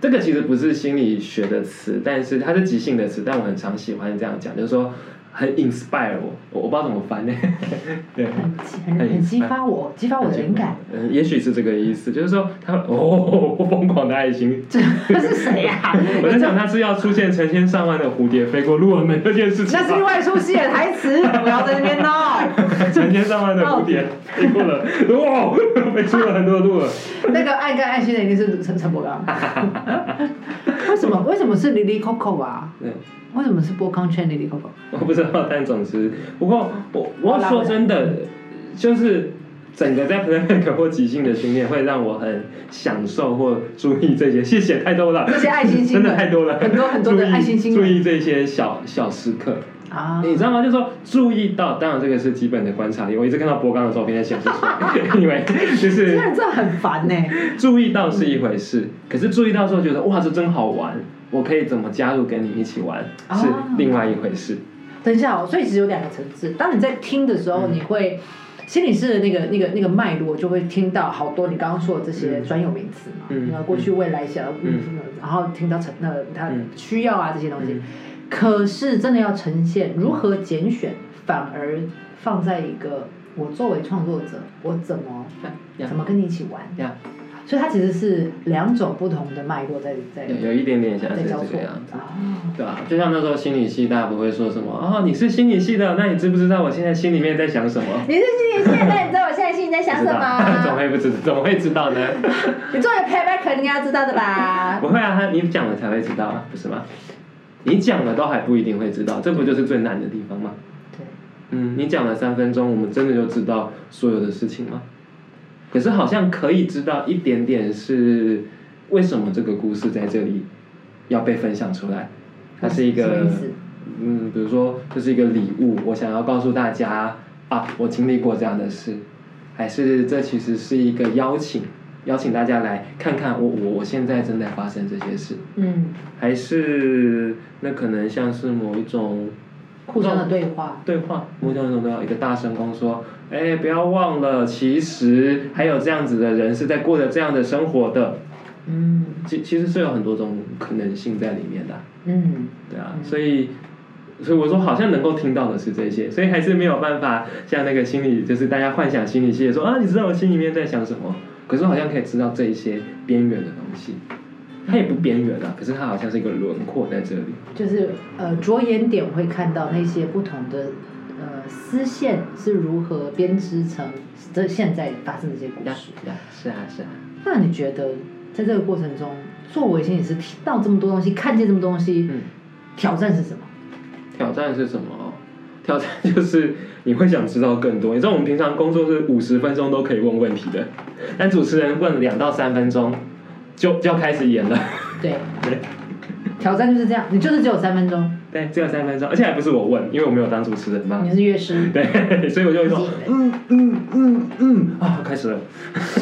S1: 这个其实不是心理学的词，但是它是即兴的词，但我很常喜欢这样讲，就是说很 inspire 我，我我不知道怎么翻 呢。对，
S2: 很激很很激发我，激发我的灵感。
S1: 嗯，也许是这个意思，就是说他 哦，疯狂的爱心。
S2: 这是谁呀、
S1: 我在想，他是要出现成千上万的蝴蝶飞过鹿耳门这件事情吧。
S2: 那是另外一出戏的台词，不要在那边 闹。
S1: 成千上万的
S2: 哦
S1: 蝴蝶飞过了，哇，飞出了很多鹿耳。
S2: 那个爱跟爱心的一定是陈陈 柏刚。为什么？为什么是 Lily Coco 啊？
S1: 对，
S2: 为什么是波康圈 Lily Coco？
S1: 我嗯哦不知道，但总之，不过我我要说真的，就是整个在 playback 或即兴的训练，会让我很享受或注意这些。谢谢，太多了，
S2: 这些爱心星
S1: 真
S2: 们
S1: 的太多了，
S2: 很多很多的爱心星
S1: 注
S2: 们
S1: 意注意这些小小时刻。
S2: 啊，
S1: 你知道吗？就是说注意到，当然这个是基本的观察力。我一直看到博刚的照片在显示出来， 因为就
S2: 这
S1: 是
S2: 人真的很烦呢、
S1: 注意到是一回事，可是注意到之后觉得哇，这真好玩，我可以怎么加入跟你一起玩
S2: 哦
S1: 是另外一回事。
S2: 等一下哦，所以其实有两个层次。当你在听的时候，
S1: 嗯
S2: 你会心理师的那个那个那个脉络，就会听到好多你刚刚说的这些
S1: 嗯
S2: 专有名词嘛，
S1: 嗯
S2: 然后过去、
S1: 嗯
S2: 未来、想要，
S1: 嗯
S2: 嗯，然后听到成呃他
S1: 嗯
S2: 需要啊这些东西
S1: 嗯。
S2: 可是真的要呈现如何拣选，反而放在一个我作为创作者，我怎么
S1: 呀
S2: 怎么跟你一起玩，
S1: 呀，
S2: 所以它其实是两种不同的脉络在在
S1: 有有一点点像
S2: 在
S1: 是
S2: 交
S1: 这
S2: 错
S1: 个样子。
S2: 啊。
S1: 对啊，就像那时候心理系，大家不会说什么哦，你是心理系的，那你知不知道我现在心里面在想什么？
S2: 你是心理现在，你知道我现在心里在想什
S1: 不知 道怎么
S2: 么？
S1: 会不知？怎么会知道呢？
S2: 你作为 playback 肯定要知道的吧？
S1: 不会啊，他你讲了才会知道啊，不是吗？你讲了都还不一定会知道，这不就是最难的地方吗？
S2: 对，
S1: 嗯，你讲了三分钟，我们真的就知道所有的事情吗？可是好像可以知道一点点是为什么这个故事在这里要被分享出来， 它是一
S2: 什
S1: 个
S2: 么意思
S1: 嗯，比如说这是一个礼物，我想要告诉大家啊，我经历过这样的事，还是这其实是一个邀请，邀请大家来看看我我我现在正在发生这些事，
S2: 嗯，
S1: 还是那可能像是某一种
S2: 互相的对话，
S1: 对话，木匠总都要一个大声公说：“哎，不要忘了，其实还有这样子的人是在过着这样的生活的。
S2: 嗯
S1: 其其实是有很多种可能性在里面的啊，
S2: 嗯，
S1: 对啊，
S2: 嗯
S1: 所以。”所以我说，好像能够听到的是这些，所以还是没有办法像那个心理，就是大家幻想心理系的说啊，你知道我心里面在想什么？可是我好像可以知道这一些边缘的东西，它也不边缘啊，可是它好像是一个轮廓在这里。
S2: 就是呃，着眼点会看到那些不同的呃丝线是如何编织成这现在发生的这些故事。
S1: 呀，是啊，是啊。
S2: 那你觉得在这个过程中，作为心理师听到这么多东西，看见这么多东西，
S1: 嗯
S2: 挑战是什么？
S1: 挑战是什么哦？挑战就是你会想知道更多。你知道我们平常工作是五十分钟都可以问问题的，但主持人问两到三分钟就就要开始演了。
S2: 对，
S1: 对
S2: 挑战就是这样，你就是只有三分钟，
S1: 对，只有三分钟，而且还不是我问，因为我没有当主持人嘛
S2: 你。是乐师，
S1: 对，所以我就会说，嗯嗯嗯嗯，啊，开始了，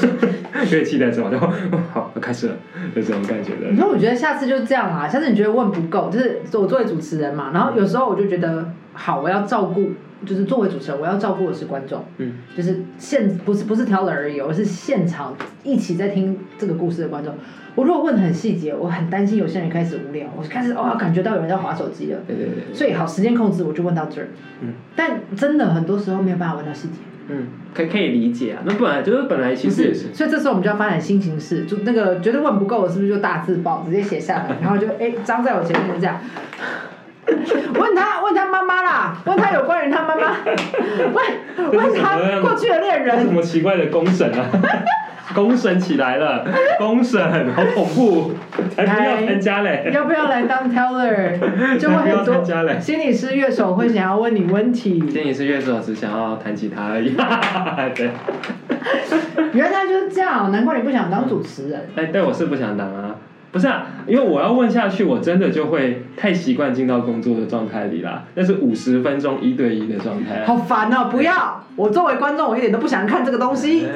S1: 有点期待是吧？然后哦好，开始了，就这种感觉的
S2: 你。说，我觉得下次就这样啦。下次你觉得问不够，就是我作为主持人嘛，然后有时候我就觉得，好，我要照顾，就是作为主持人，我要照顾的是观众，
S1: 嗯，
S2: 就是现不是不是挑了而已哦，而是现场一起在听这个故事的观众。我如果问得很细节，我很担心有些人开始无聊，我开始哦感觉到有人在划手机了，
S1: 对对对，
S2: 所以好时间控制我就问到这儿。
S1: 嗯
S2: 但真的很多时候没有办法问到细节。
S1: 嗯，可可以理解啊。那本来就是本来其实也是，
S2: 所以这时候我们就要发展新形式，就那个觉得问不够，是不是就大字报直接写下来，然后就哎张在我前面这样。 问他，问他妈妈啦，问他有关于他妈 妈，问问他过去的恋
S1: 这是什
S2: 人，
S1: 么奇怪的公审啊？ 公审起来了，公审好恐怖，才不要参加嘞！
S2: 要不要来当 teller？就会很
S1: 不要参加
S2: 多
S1: 嘞
S2: 心理师、乐手会想要问你问
S1: 今
S2: 题。
S1: 天也是乐手，只想要弹吉他而已。 对，
S2: 原来就是这样，难怪你不想当主持人。
S1: 哎，对我是不想当啊，不是啊，因为我要问下去，我真的就会太习惯进到工作的状态里啦。那是五十分钟一对一的状态啊。
S2: 好烦哦！不要，我作为观众，我一点都不想看这个东西。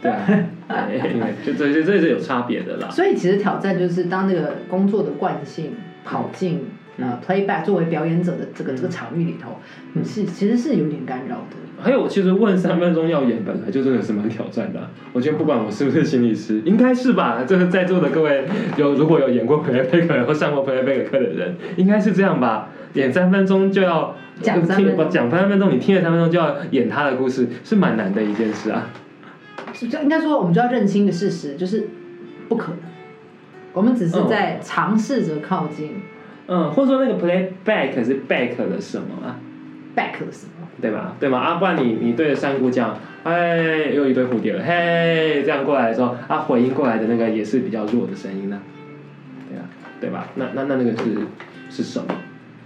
S1: 对啊， 对，因为就这这这是有差别的啦。
S2: 所以其实挑战就是当那个工作的惯性跑进、呃 playback 作为表演者的这个、这个场域里头，你是其实是有点干扰的。
S1: 还有，其实问三分钟要演本来就真的是蛮挑战的啊、我觉得不管我是不是心理师，应该是吧？这个在座的各位有如果有演过 p l a y b a c k 或上过 p l a y b a c k 课的人，应该是这样吧？演三分钟就要
S2: 讲三分钟
S1: 听不讲三分钟，你听了三分钟就要演他的故事，是蛮难的一件事啊。
S2: 就就应该说，我们就要认清一个事实，就是不可能。我们只是在尝试着靠近
S1: 嗯，或者说那个 playback 是 back 的什么啊？
S2: back 的什么？
S1: 对吧？对吗？啊，不然你你对着山谷讲，哎，又一堆蝴蝶了，嘿，这样过来的时候，啊，回音过来的那个也是比较弱的声音呢、对啊，对吧？那那那那个是是什么？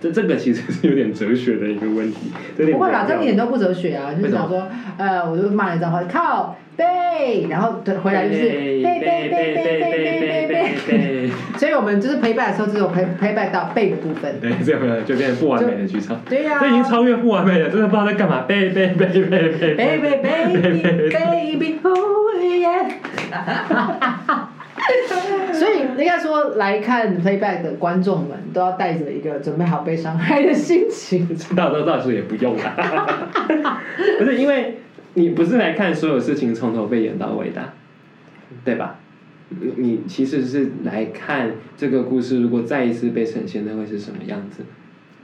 S1: 这这个其实是有点哲学的一个问题，有点
S2: 不会啦，
S1: 无
S2: 这
S1: 聊
S2: 一点都不哲学啊！就是想说，呃，我就骂了一脏话，靠背，然后对回来就是背背背背背背背背。
S1: 背背
S2: 所以我们就是陪伴的时候，只有陪陪伴到背的部分。
S1: 对，这个就变成不完美的剧场，
S2: 对啊呀、
S1: 这已经超越不完美了，真的不知道在干嘛，背背背背背
S2: baby baby baby oh yeah。所以应该说，来看 playback 的观众们都要带着一个准备好被伤害的心情。
S1: 到到到时也不用啦， 不是因为你不是来看所有事情从头被演到尾的，啊对吧？你你其实是来看这个故事，如果再一次被呈现，那会是什么样子？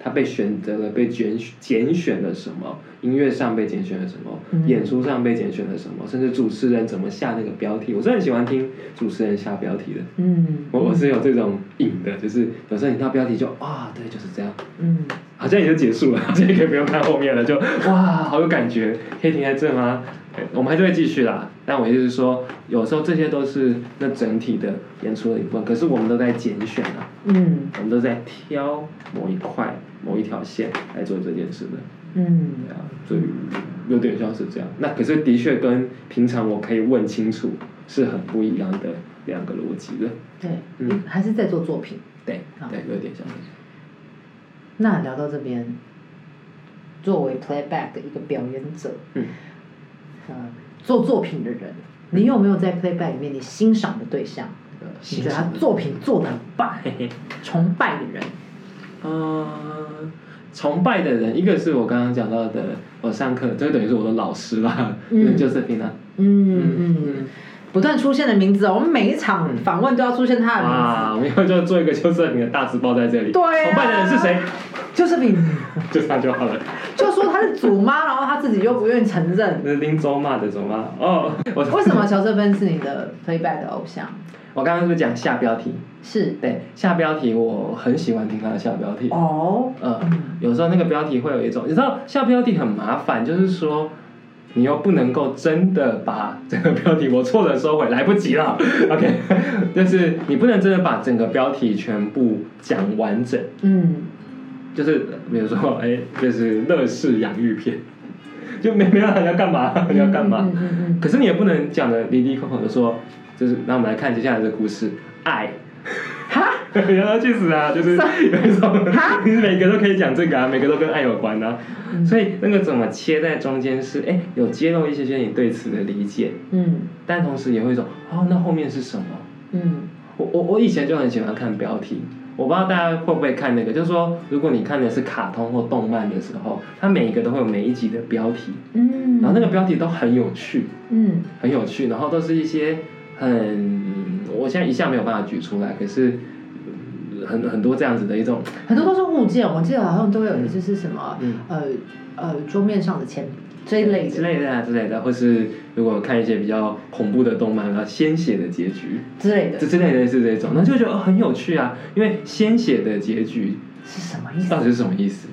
S1: 它被选择了，被拣拣选了什么？音乐上被拣选了什么？
S2: 嗯
S1: 演出上被拣选了什么？甚至主持人怎么下那个标题？我是很喜欢听主持人下标题的，
S2: 嗯，
S1: 我我是有这种瘾的，就是有时候你到标题就啊、对，就是这样。
S2: 嗯，
S1: 好像也就结束了， 这个不用看后面了，就哇，好有感觉，可以停在这吗？哎我们还是会继续啦。但我意思是说，有时候这些都是那整体的演出的一部分，可是我们都在拣选啊，
S2: 嗯
S1: 我们都在挑某一块、某一条线来做这件事的，
S2: 嗯
S1: 对啊，所以有点像是这样。那可是的确跟平常我可以问清楚是很不一样的两个逻辑的，
S2: 对，
S1: 嗯
S2: 还是在做作品。
S1: 对
S2: 好
S1: 对，有点像是这样。
S2: 那聊到这边，作为 playback 的一个表演者，
S1: 嗯，
S2: 呃，做作品的人，你有没有在 playback 里面你欣赏的对象？你觉得他作品做的很棒，
S1: 嘿嘿。
S2: 崇拜的人？
S1: 嗯，崇拜的人，一个是我刚刚讲到的，我上课，这等于是我的老师啦，
S2: 嗯
S1: 就是平常，
S2: 嗯嗯，不断出现的名字哦，我们每一场访问都要出现他的名
S1: 哇，我们以后啊就做一个邱瑟平的大字报在这里。
S2: 对啊
S1: 崇拜的人是谁？
S2: 字，就是你，
S1: 就这样就好了。
S2: 就说他是祖妈，然后他自己又不愿意承认。
S1: 那是林州骂的怎么骂？哦，我
S2: 为什么乔瑟芬是你的 playback 的偶像？
S1: 我刚刚是不是讲下标题？
S2: 是
S1: 对，下标题我很喜欢听他的下标题。
S2: 哦，
S1: 呃，有时候那个标题会有一种，你知道下标题很麻烦，就是说你又不能够真的把整个标题，我错了收回，来不及了。OK，就是你不能真的把整个标题全部讲完整，
S2: 嗯，
S1: 就是比如说，哎、就是乐视养育片，就没没办法你要干嘛， 你要干嘛？
S2: 嗯嗯嗯
S1: 可是你也不能讲的离离口口的说，就是那我们来看接下来的故事，爱。
S2: 哈，
S1: 然后去死啊！就是有一种， 你每个都可以讲这个啊，每个都跟爱有关啊。所以那个怎么切在中间是，哎，有揭露一些些你对此的理解，
S2: 嗯
S1: 但同时也会说，哦，那后面是什么？
S2: 嗯
S1: 我我我以前就很喜欢看标题，我不知道大家会不会看那个，就是说，如果你看的是卡通或动漫的时候，它每一个都会有每一集的标题，
S2: 嗯，
S1: 然后那个标题都很有趣，
S2: 嗯
S1: 很有趣，然后都是一些很，我现在一下没有办法举出来，可是嗯很很多这样子的一种，
S2: 很多都是物件，我记得好像都有就是什么
S1: 嗯，
S2: 呃呃桌面上的铅笔这一类
S1: 之
S2: 的
S1: 类的啊之类的，或是如果看一些比较恐怖的动漫，比较鲜血的结局，
S2: 之类的
S1: 这，之类的是这种，那就觉得、哦很有趣啊，因为鲜血的结局
S2: 是什么意
S1: 到
S2: 思？
S1: 底是什么意思？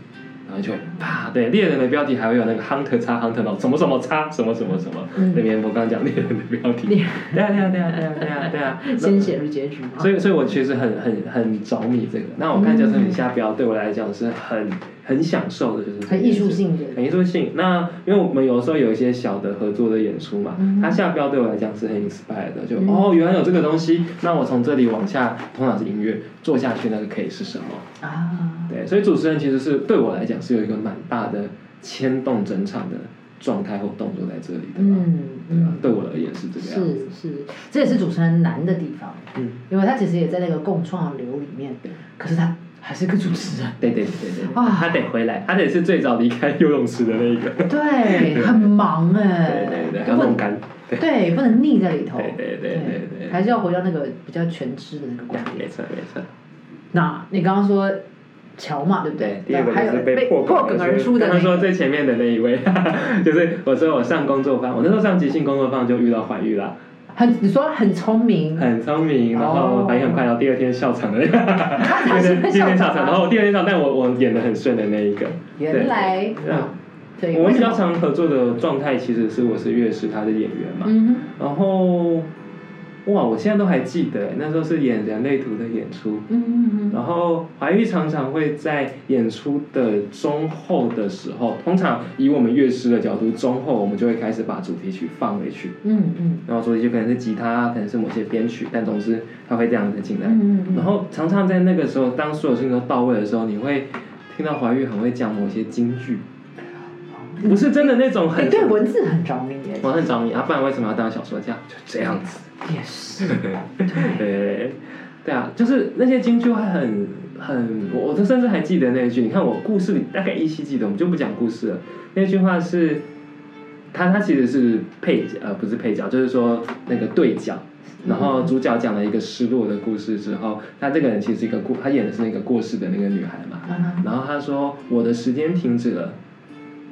S1: 然后就会啪，对猎人的标题还会有那个 hunter 叉 hunter 然后什么什么叉什么什么什么，
S2: 嗯
S1: 那边我刚刚讲猎人的标题，
S2: 猎
S1: 对啊对啊对啊对啊对啊对啊，
S2: 先写入结局吗？
S1: 所以，所以我其实很很很着迷这个。那我看《交
S2: 嗯
S1: 生与下标》对我来讲是很很享受的，就是这
S2: 很
S1: 件
S2: 艺
S1: 事
S2: 术，性的，
S1: 很艺术性。那因为我们有时候有一些小的合作的演出嘛，
S2: 嗯
S1: 它下标对我来讲是很 inspire 的，就、
S2: 嗯
S1: 哦，原来有这个东西，那我从这里往下，通常是音乐做下去，那个可以是什么？
S2: 啊，
S1: 对，所以主持人其实是对我来讲是有一个蛮大的牵动整场的状态或动作在这里的嘛。
S2: 嗯
S1: 对啊
S2: 嗯，，
S1: 对我而言是这个样子
S2: 是。是，这也是主持人难的地方，
S1: 嗯，
S2: 因为他其实也在那个共创流里面，可是他还是个主持人，
S1: 对对对对对，
S2: 啊
S1: 他得回来，他得是最早离开游泳池的那一个。
S2: 对，很忙
S1: 对
S2: 哎，
S1: 对对，还有
S2: 根本哦
S1: 弄干，对
S2: 对，不能腻在里头。
S1: 对对对对对
S2: 还是要回到那个比较全知的那个观
S1: 没
S2: 点。
S1: 错没错。
S2: 那你刚刚说乔嘛，对不对
S1: 对，？第二个
S2: 还有
S1: 就是被
S2: 破梗而出的
S1: 他
S2: 那
S1: 们说
S2: 个。
S1: 最前面的那一位， 就是我说我上工作坊，我那时候上即兴工作坊就遇到环玉啦，
S2: 很，你说很聪明，
S1: 很聪明，然后反应很快，然后第二天笑场的那个，第
S2: 他
S1: 二
S2: 是
S1: 天
S2: 被
S1: 第二
S2: 笑
S1: 天笑
S2: 场啊
S1: 场，然
S2: 吗
S1: 后我第二天笑，但我我演的很顺的那一个。
S2: 原来
S1: 对，嗯，
S2: 对，
S1: 我们
S2: 为
S1: 比
S2: 什
S1: 较
S2: 么？
S1: 常合作的状态其实是我是乐师，他是演员嘛，
S2: 嗯
S1: 然后哇，我现在都还记得，那时候是演人类图的演出，
S2: 嗯嗯嗯
S1: 然后怀玉常常会在演出的中后的时候，通常以我们乐师的角度，中后我们就会开始把主题曲放回去，
S2: 嗯嗯
S1: 然后所以就可能是吉他，啊可能是某些编曲，但总之他会这样子进来。
S2: 嗯嗯，
S1: 然后常常在那个时候，当所有事情都到位的时候，你会听到怀玉很会讲某些京剧，不是真的那种
S2: 哎，
S1: 很
S2: 对文字很着迷耶，
S1: 我很着迷啊，不然为什么要当小说家？就这样子。
S2: 也是，
S1: 对，对啊，就是那些京剧会很很，我我甚至还记得那一句。你看我故事里大概依稀记得，我们就不讲故事了。那句话是，他他其实是配角，呃，不是配角，就是说那个对角。然后主角讲了一个失落的故事之后，他这个人其实是一个过，他演的是那个过世的那个女孩嘛。
S2: 嗯
S1: 然后他说：“我的时间停止了，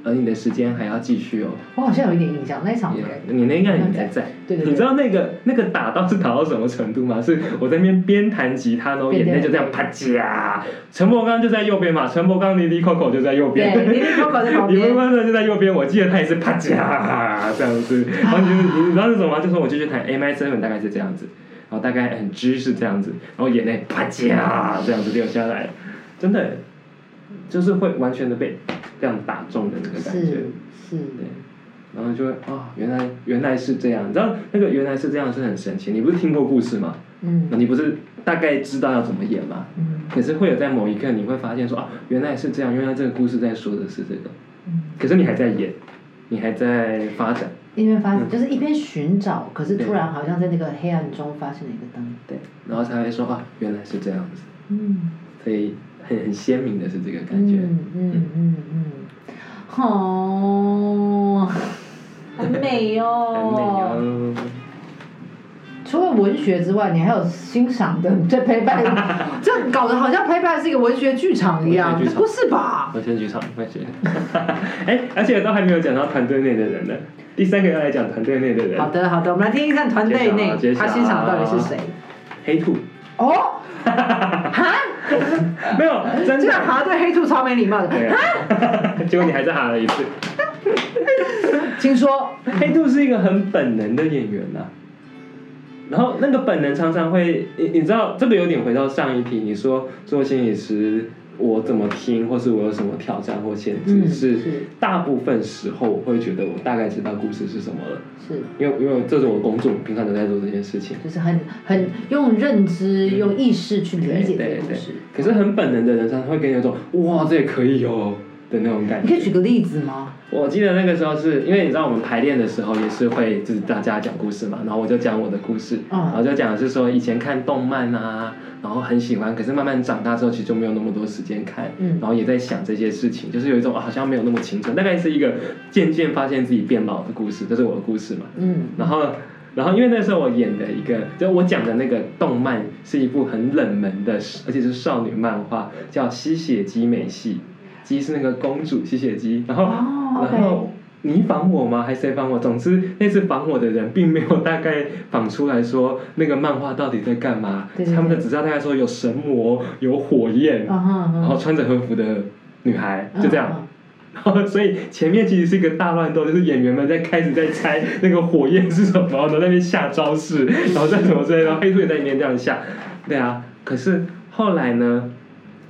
S1: 而你的时间还要继续哦。
S2: 我好像有一点印象，那一场
S1: 也
S2: 我也
S1: 你那应该你还在。
S2: 对对对
S1: 你知道那个那个打到是打到什么程度吗？是我在那边边弹吉他，然后眼泪就这样啪嚓。陈伯刚就在右边嘛，陈伯刚、妮妮、Coco 就在右
S2: 对，
S1: 边，
S2: 你的 Coco 在旁
S1: 李薇
S2: 边，
S1: 薇呢就在右边。我记得他也是啪嚓这样 子，然后就是你知道是什么吗？就是我继续弹 A M seven 大概是这样子，然后大概很 G 是这样子，然后眼泪啪啊嚓这样子流下来，真的就是会完全的被这样打中的那个感觉
S2: 是。是，
S1: 对，然后就会啊、原来原来是这样，你知道那个原来是这样是很神奇。你不是听过故事吗？
S2: 嗯
S1: 那你不是大概知道要怎么演吗？
S2: 嗯
S1: 可是会有在某一刻你会发现说啊，原来是这样，原来这个故事在说的是这个，
S2: 嗯。
S1: 可是你还在演，你还在发展，
S2: 一边发，
S1: 嗯
S2: 就是一边寻找，可是
S1: 对
S2: 突然好像在那个黑暗中发现了一个灯。
S1: 对，然后才会说啊，原来是这样子，
S2: 嗯，
S1: 所以很很鲜明的是这个感
S2: 嗯
S1: 觉。
S2: 嗯嗯嗯嗯， 哦，很美
S1: 很美哦，
S2: 除了文学之外，你还有欣赏的 这 playback，这搞得好像 playback 是一个文学剧场一样
S1: 文学，剧场
S2: 不是吧？
S1: 我先举场，快学。 哎，而且都还没有讲到团队内的人呢。第三个要来讲团队内的人，
S2: 好的好的，我们来听听看团队内
S1: 揭晓
S2: 他
S1: 揭晓
S2: 欣赏到底是 谁。
S1: 黑兔。
S2: 哦， 哈，
S1: 没有，真
S2: 这
S1: 的
S2: 个。好像对黑兔超没礼貌
S1: 对
S2: 的。
S1: 啊，结果你还是喊了一次。
S2: 请说，
S1: 黑兔是一个很本能的演员呐、啊然后那个本能常常会，你你知道，这个有点回到上一题，你说做心理师，我怎么听，或是我有什么挑战或限制，
S2: 嗯
S1: 是
S2: 是
S1: 大部分时候我会觉得我大概知道故事是什么了，
S2: 是。
S1: 因为因为这是我工作，我平常都在做这件事情。
S2: 就是很很用认知、
S1: 嗯
S2: 用意识去理解这
S1: 对
S2: 个故
S1: 对
S2: 事。
S1: 可是很本能的人，常常会给你有种哇，这也可以哦的那种感觉。
S2: 你可以举个例子吗？
S1: 我记得那个时候是因为你知道我们排练的时候也是会就是大家讲故事嘛，然后我就讲我的故事，
S2: 嗯
S1: 然后就讲的是说以前看动漫啊，然后很喜欢，可是慢慢长大之后其实就没有那么多时间看，
S2: 嗯
S1: 然后也在想这些事情，就是有一种、啊好像没有那么青春，大概是一个渐渐发现自己变老的故事，这是我的故事嘛。
S2: 嗯，
S1: 然后，然后因为那时候我演的一个，就我讲的那个动漫是一部很冷门的，而且是少女漫画，叫《吸血姬美系》，姬是那个公主吸血姬。然后，
S2: 哦，OK
S1: 然后你仿我吗？还是谁仿我？总之那次仿我的人并没有大概仿出来说那个漫画到底在干嘛，
S2: 对对对
S1: 他们的只知道大概说有神魔、有火焰，
S2: 啊哈
S1: 然后
S2: 啊
S1: 穿着和服的女孩，就这样。
S2: 嗯嗯
S1: 然后，所以前面其实是一个大乱斗，就是演员们在开始在猜那个火焰是什么，然后在那边下招式，然后再什么之类的，然后黑兔也在里面这样下，对啊。可是后来呢，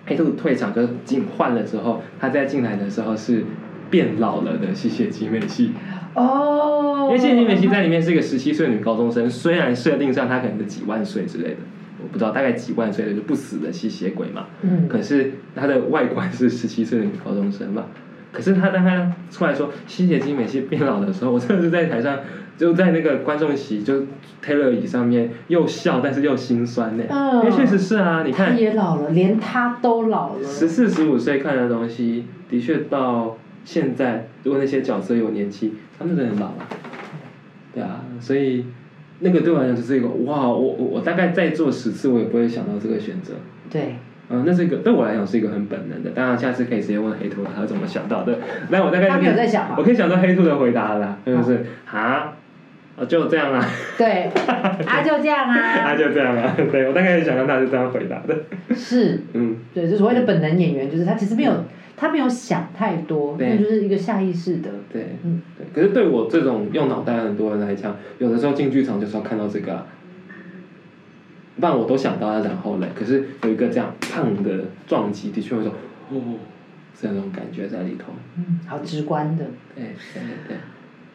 S1: 黑兔退场就进换了之后，他再进来的时候是变老了的吸血姬美系，
S2: 哈，哦，
S1: 因为吸血姬美系在里面是一个十七岁女高中生，虽然设定上她可能是几万岁之类的，我不知道大概几万岁的就不死的吸血鬼嘛，
S2: 嗯，
S1: 可是她的外观是十七岁的女高中生嘛。可是她当她出来说吸血姬美系变老的时候，我真的是在台上，就在那个观众席，就 Taylor 椅上面又笑，但是又心酸呢、
S2: 嗯
S1: 因为确实是啊，你
S2: 他
S1: 看
S2: 也老了，连他都老了。
S1: 十四十五岁看的东西，的确到现在，如果那些角色有年纪，他们真的很老了、对啊，所以那个对我来讲就是一个哇，我我我大概再做十次，我也不会想到这个选择。
S2: 对，
S1: 嗯，那是一个对我来讲是一个很本能的，当然下次可以直接问黑兔他怎么想到的。那我大概
S2: 他
S1: 就可
S2: 没有
S1: 以，
S2: 在想啊吧
S1: 我？可以想到黑兔的回答了啦，就是啊，哦就这样啊，
S2: 对，啊，就这 样
S1: 啊
S2: 啊，
S1: 就这样啊，对我大概想到他是这样回答的，
S2: 是，
S1: 嗯，
S2: 对，就所谓的本能演员，就是他其实没有，他没有想太多，
S1: 对
S2: 那就是一个下意识的，
S1: 对
S2: 嗯，
S1: 对。可是对我这种用脑袋的很多人来讲，有的时候进剧场就是要看到这个啊、不然我都想到了，然后嘞，可是有一个这样胖的撞击，的确会说，哦，这种感觉在里头。
S2: 嗯，好直观的。
S1: 对对对，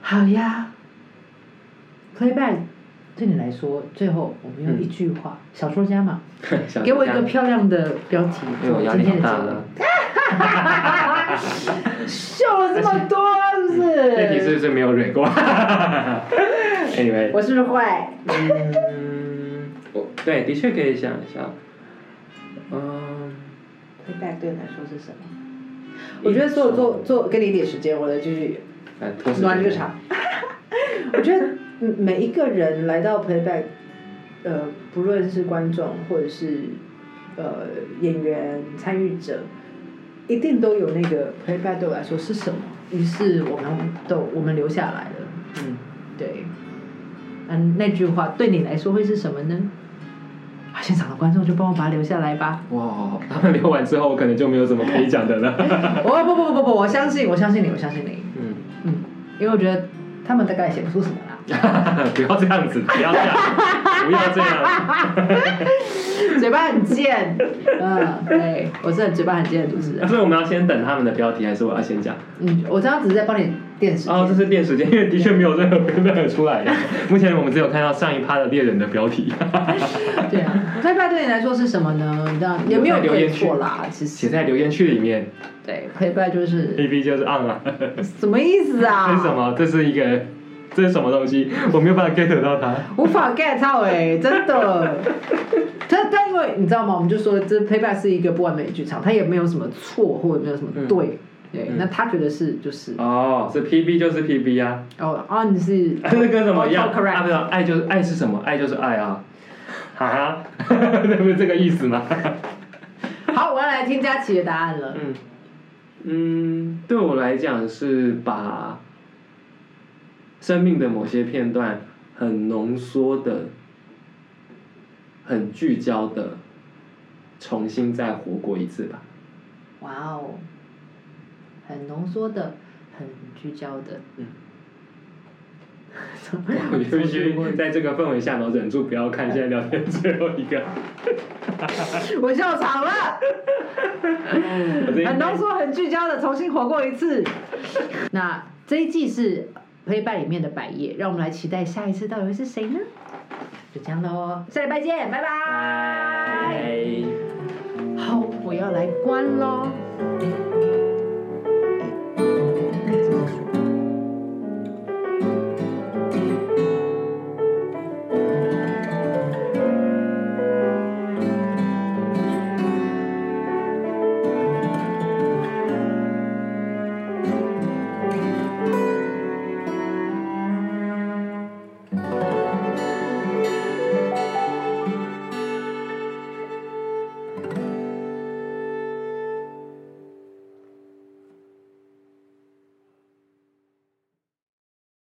S2: 好呀，playback 对你来说，最后我们用一句
S1: 嗯
S2: 话，小说家嘛，
S1: 想
S2: 给我一
S1: 这
S2: 个
S1: 样，
S2: 漂亮的标题，
S1: 因为哎我压
S2: 今
S1: 力
S2: 天
S1: 好大
S2: 的节目
S1: 了。。
S2: 秀了这么多，是不
S1: 这题是
S2: 是？
S1: 不是没有蕊过？Anyway，
S2: 我是不是坏？
S1: 嗯，我对，的确可以想一下。嗯，
S2: playback 对你来说是什么？我觉得做做做，给你一点时间，我来继续
S1: 来拖时间
S2: 暖这个场。 我觉得嗯每一个人来到 playback，呃，不论是观众或者是呃演员参与者，一定都有那个 playback 对我来说是什么。于是我们都我们留下来了。嗯，对。嗯，那句话对你来说会是什么呢？啊，现场的观众就帮我把它留下来吧。
S1: 哇，他们留完之后，我可能就没有什么可以讲的了。
S2: 哦不不不不 不，我相信，我相信你，我相信你。
S1: 嗯，
S2: 嗯，因为我觉得他们大概也写不出什么啦。
S1: 不要这样子，不要这样，不要这样。
S2: 嘴巴很贱，嗯，对，我是很嘴巴很贱的主持人。
S1: 所以我们要先等他们的标题，还是我要先讲？
S2: 嗯，我刚刚只是在帮你垫时间。
S1: 哦，这是练时间，因为的确没有任何标本出来。 目前我们只有看到上一趴的猎人的标题，
S2: 对啊，拍拍对你来说是什么呢？你知道有没有
S1: 留
S2: 对
S1: 言区
S2: 错啦？其
S1: 写
S2: 实
S1: 在留言区里面。
S2: 对，陪伴就是
S1: A B 就是 on 啊，
S2: 什么意思啊？
S1: 这是什？么？这是一个，这是什么东西？我没有办法 get 到它。
S2: 无法 get 到哎、真的。但但因为你知道吗？我们就说这 playback 是一个不完美的剧场，它也没有什么错或者没有什么对，对。
S1: 嗯
S2: 那他觉得是就是
S1: 哦，是 P B 就是 P B 啊，
S2: 哦啊，你是
S1: 这跟什么一样？
S2: auto correct
S1: 啊，不是，爱就是爱是什么？爱就是爱啊，哈 哈，这不是这个意思吗？
S2: 好，我要来听佳琪的答案了。
S1: 嗯嗯，对我来讲是把生命的某些片段很浓缩的、很聚焦的，重新再活过一次吧。
S2: 哇哦，很浓缩的，很聚焦的。
S1: 嗯
S2: 从。
S1: 我必须在这个氛围下，然后忍住不要看现在聊天最后一个。
S2: 我笑 场 了。
S1: 我这一
S2: 很浓缩、很聚焦的重新活过一次。 那这一季是陪伴里面的百叶，让我们来期待下一次到底会是谁呢？就这样喽，下礼拜见，拜拜。
S1: 拜
S2: 好，我要来关喽。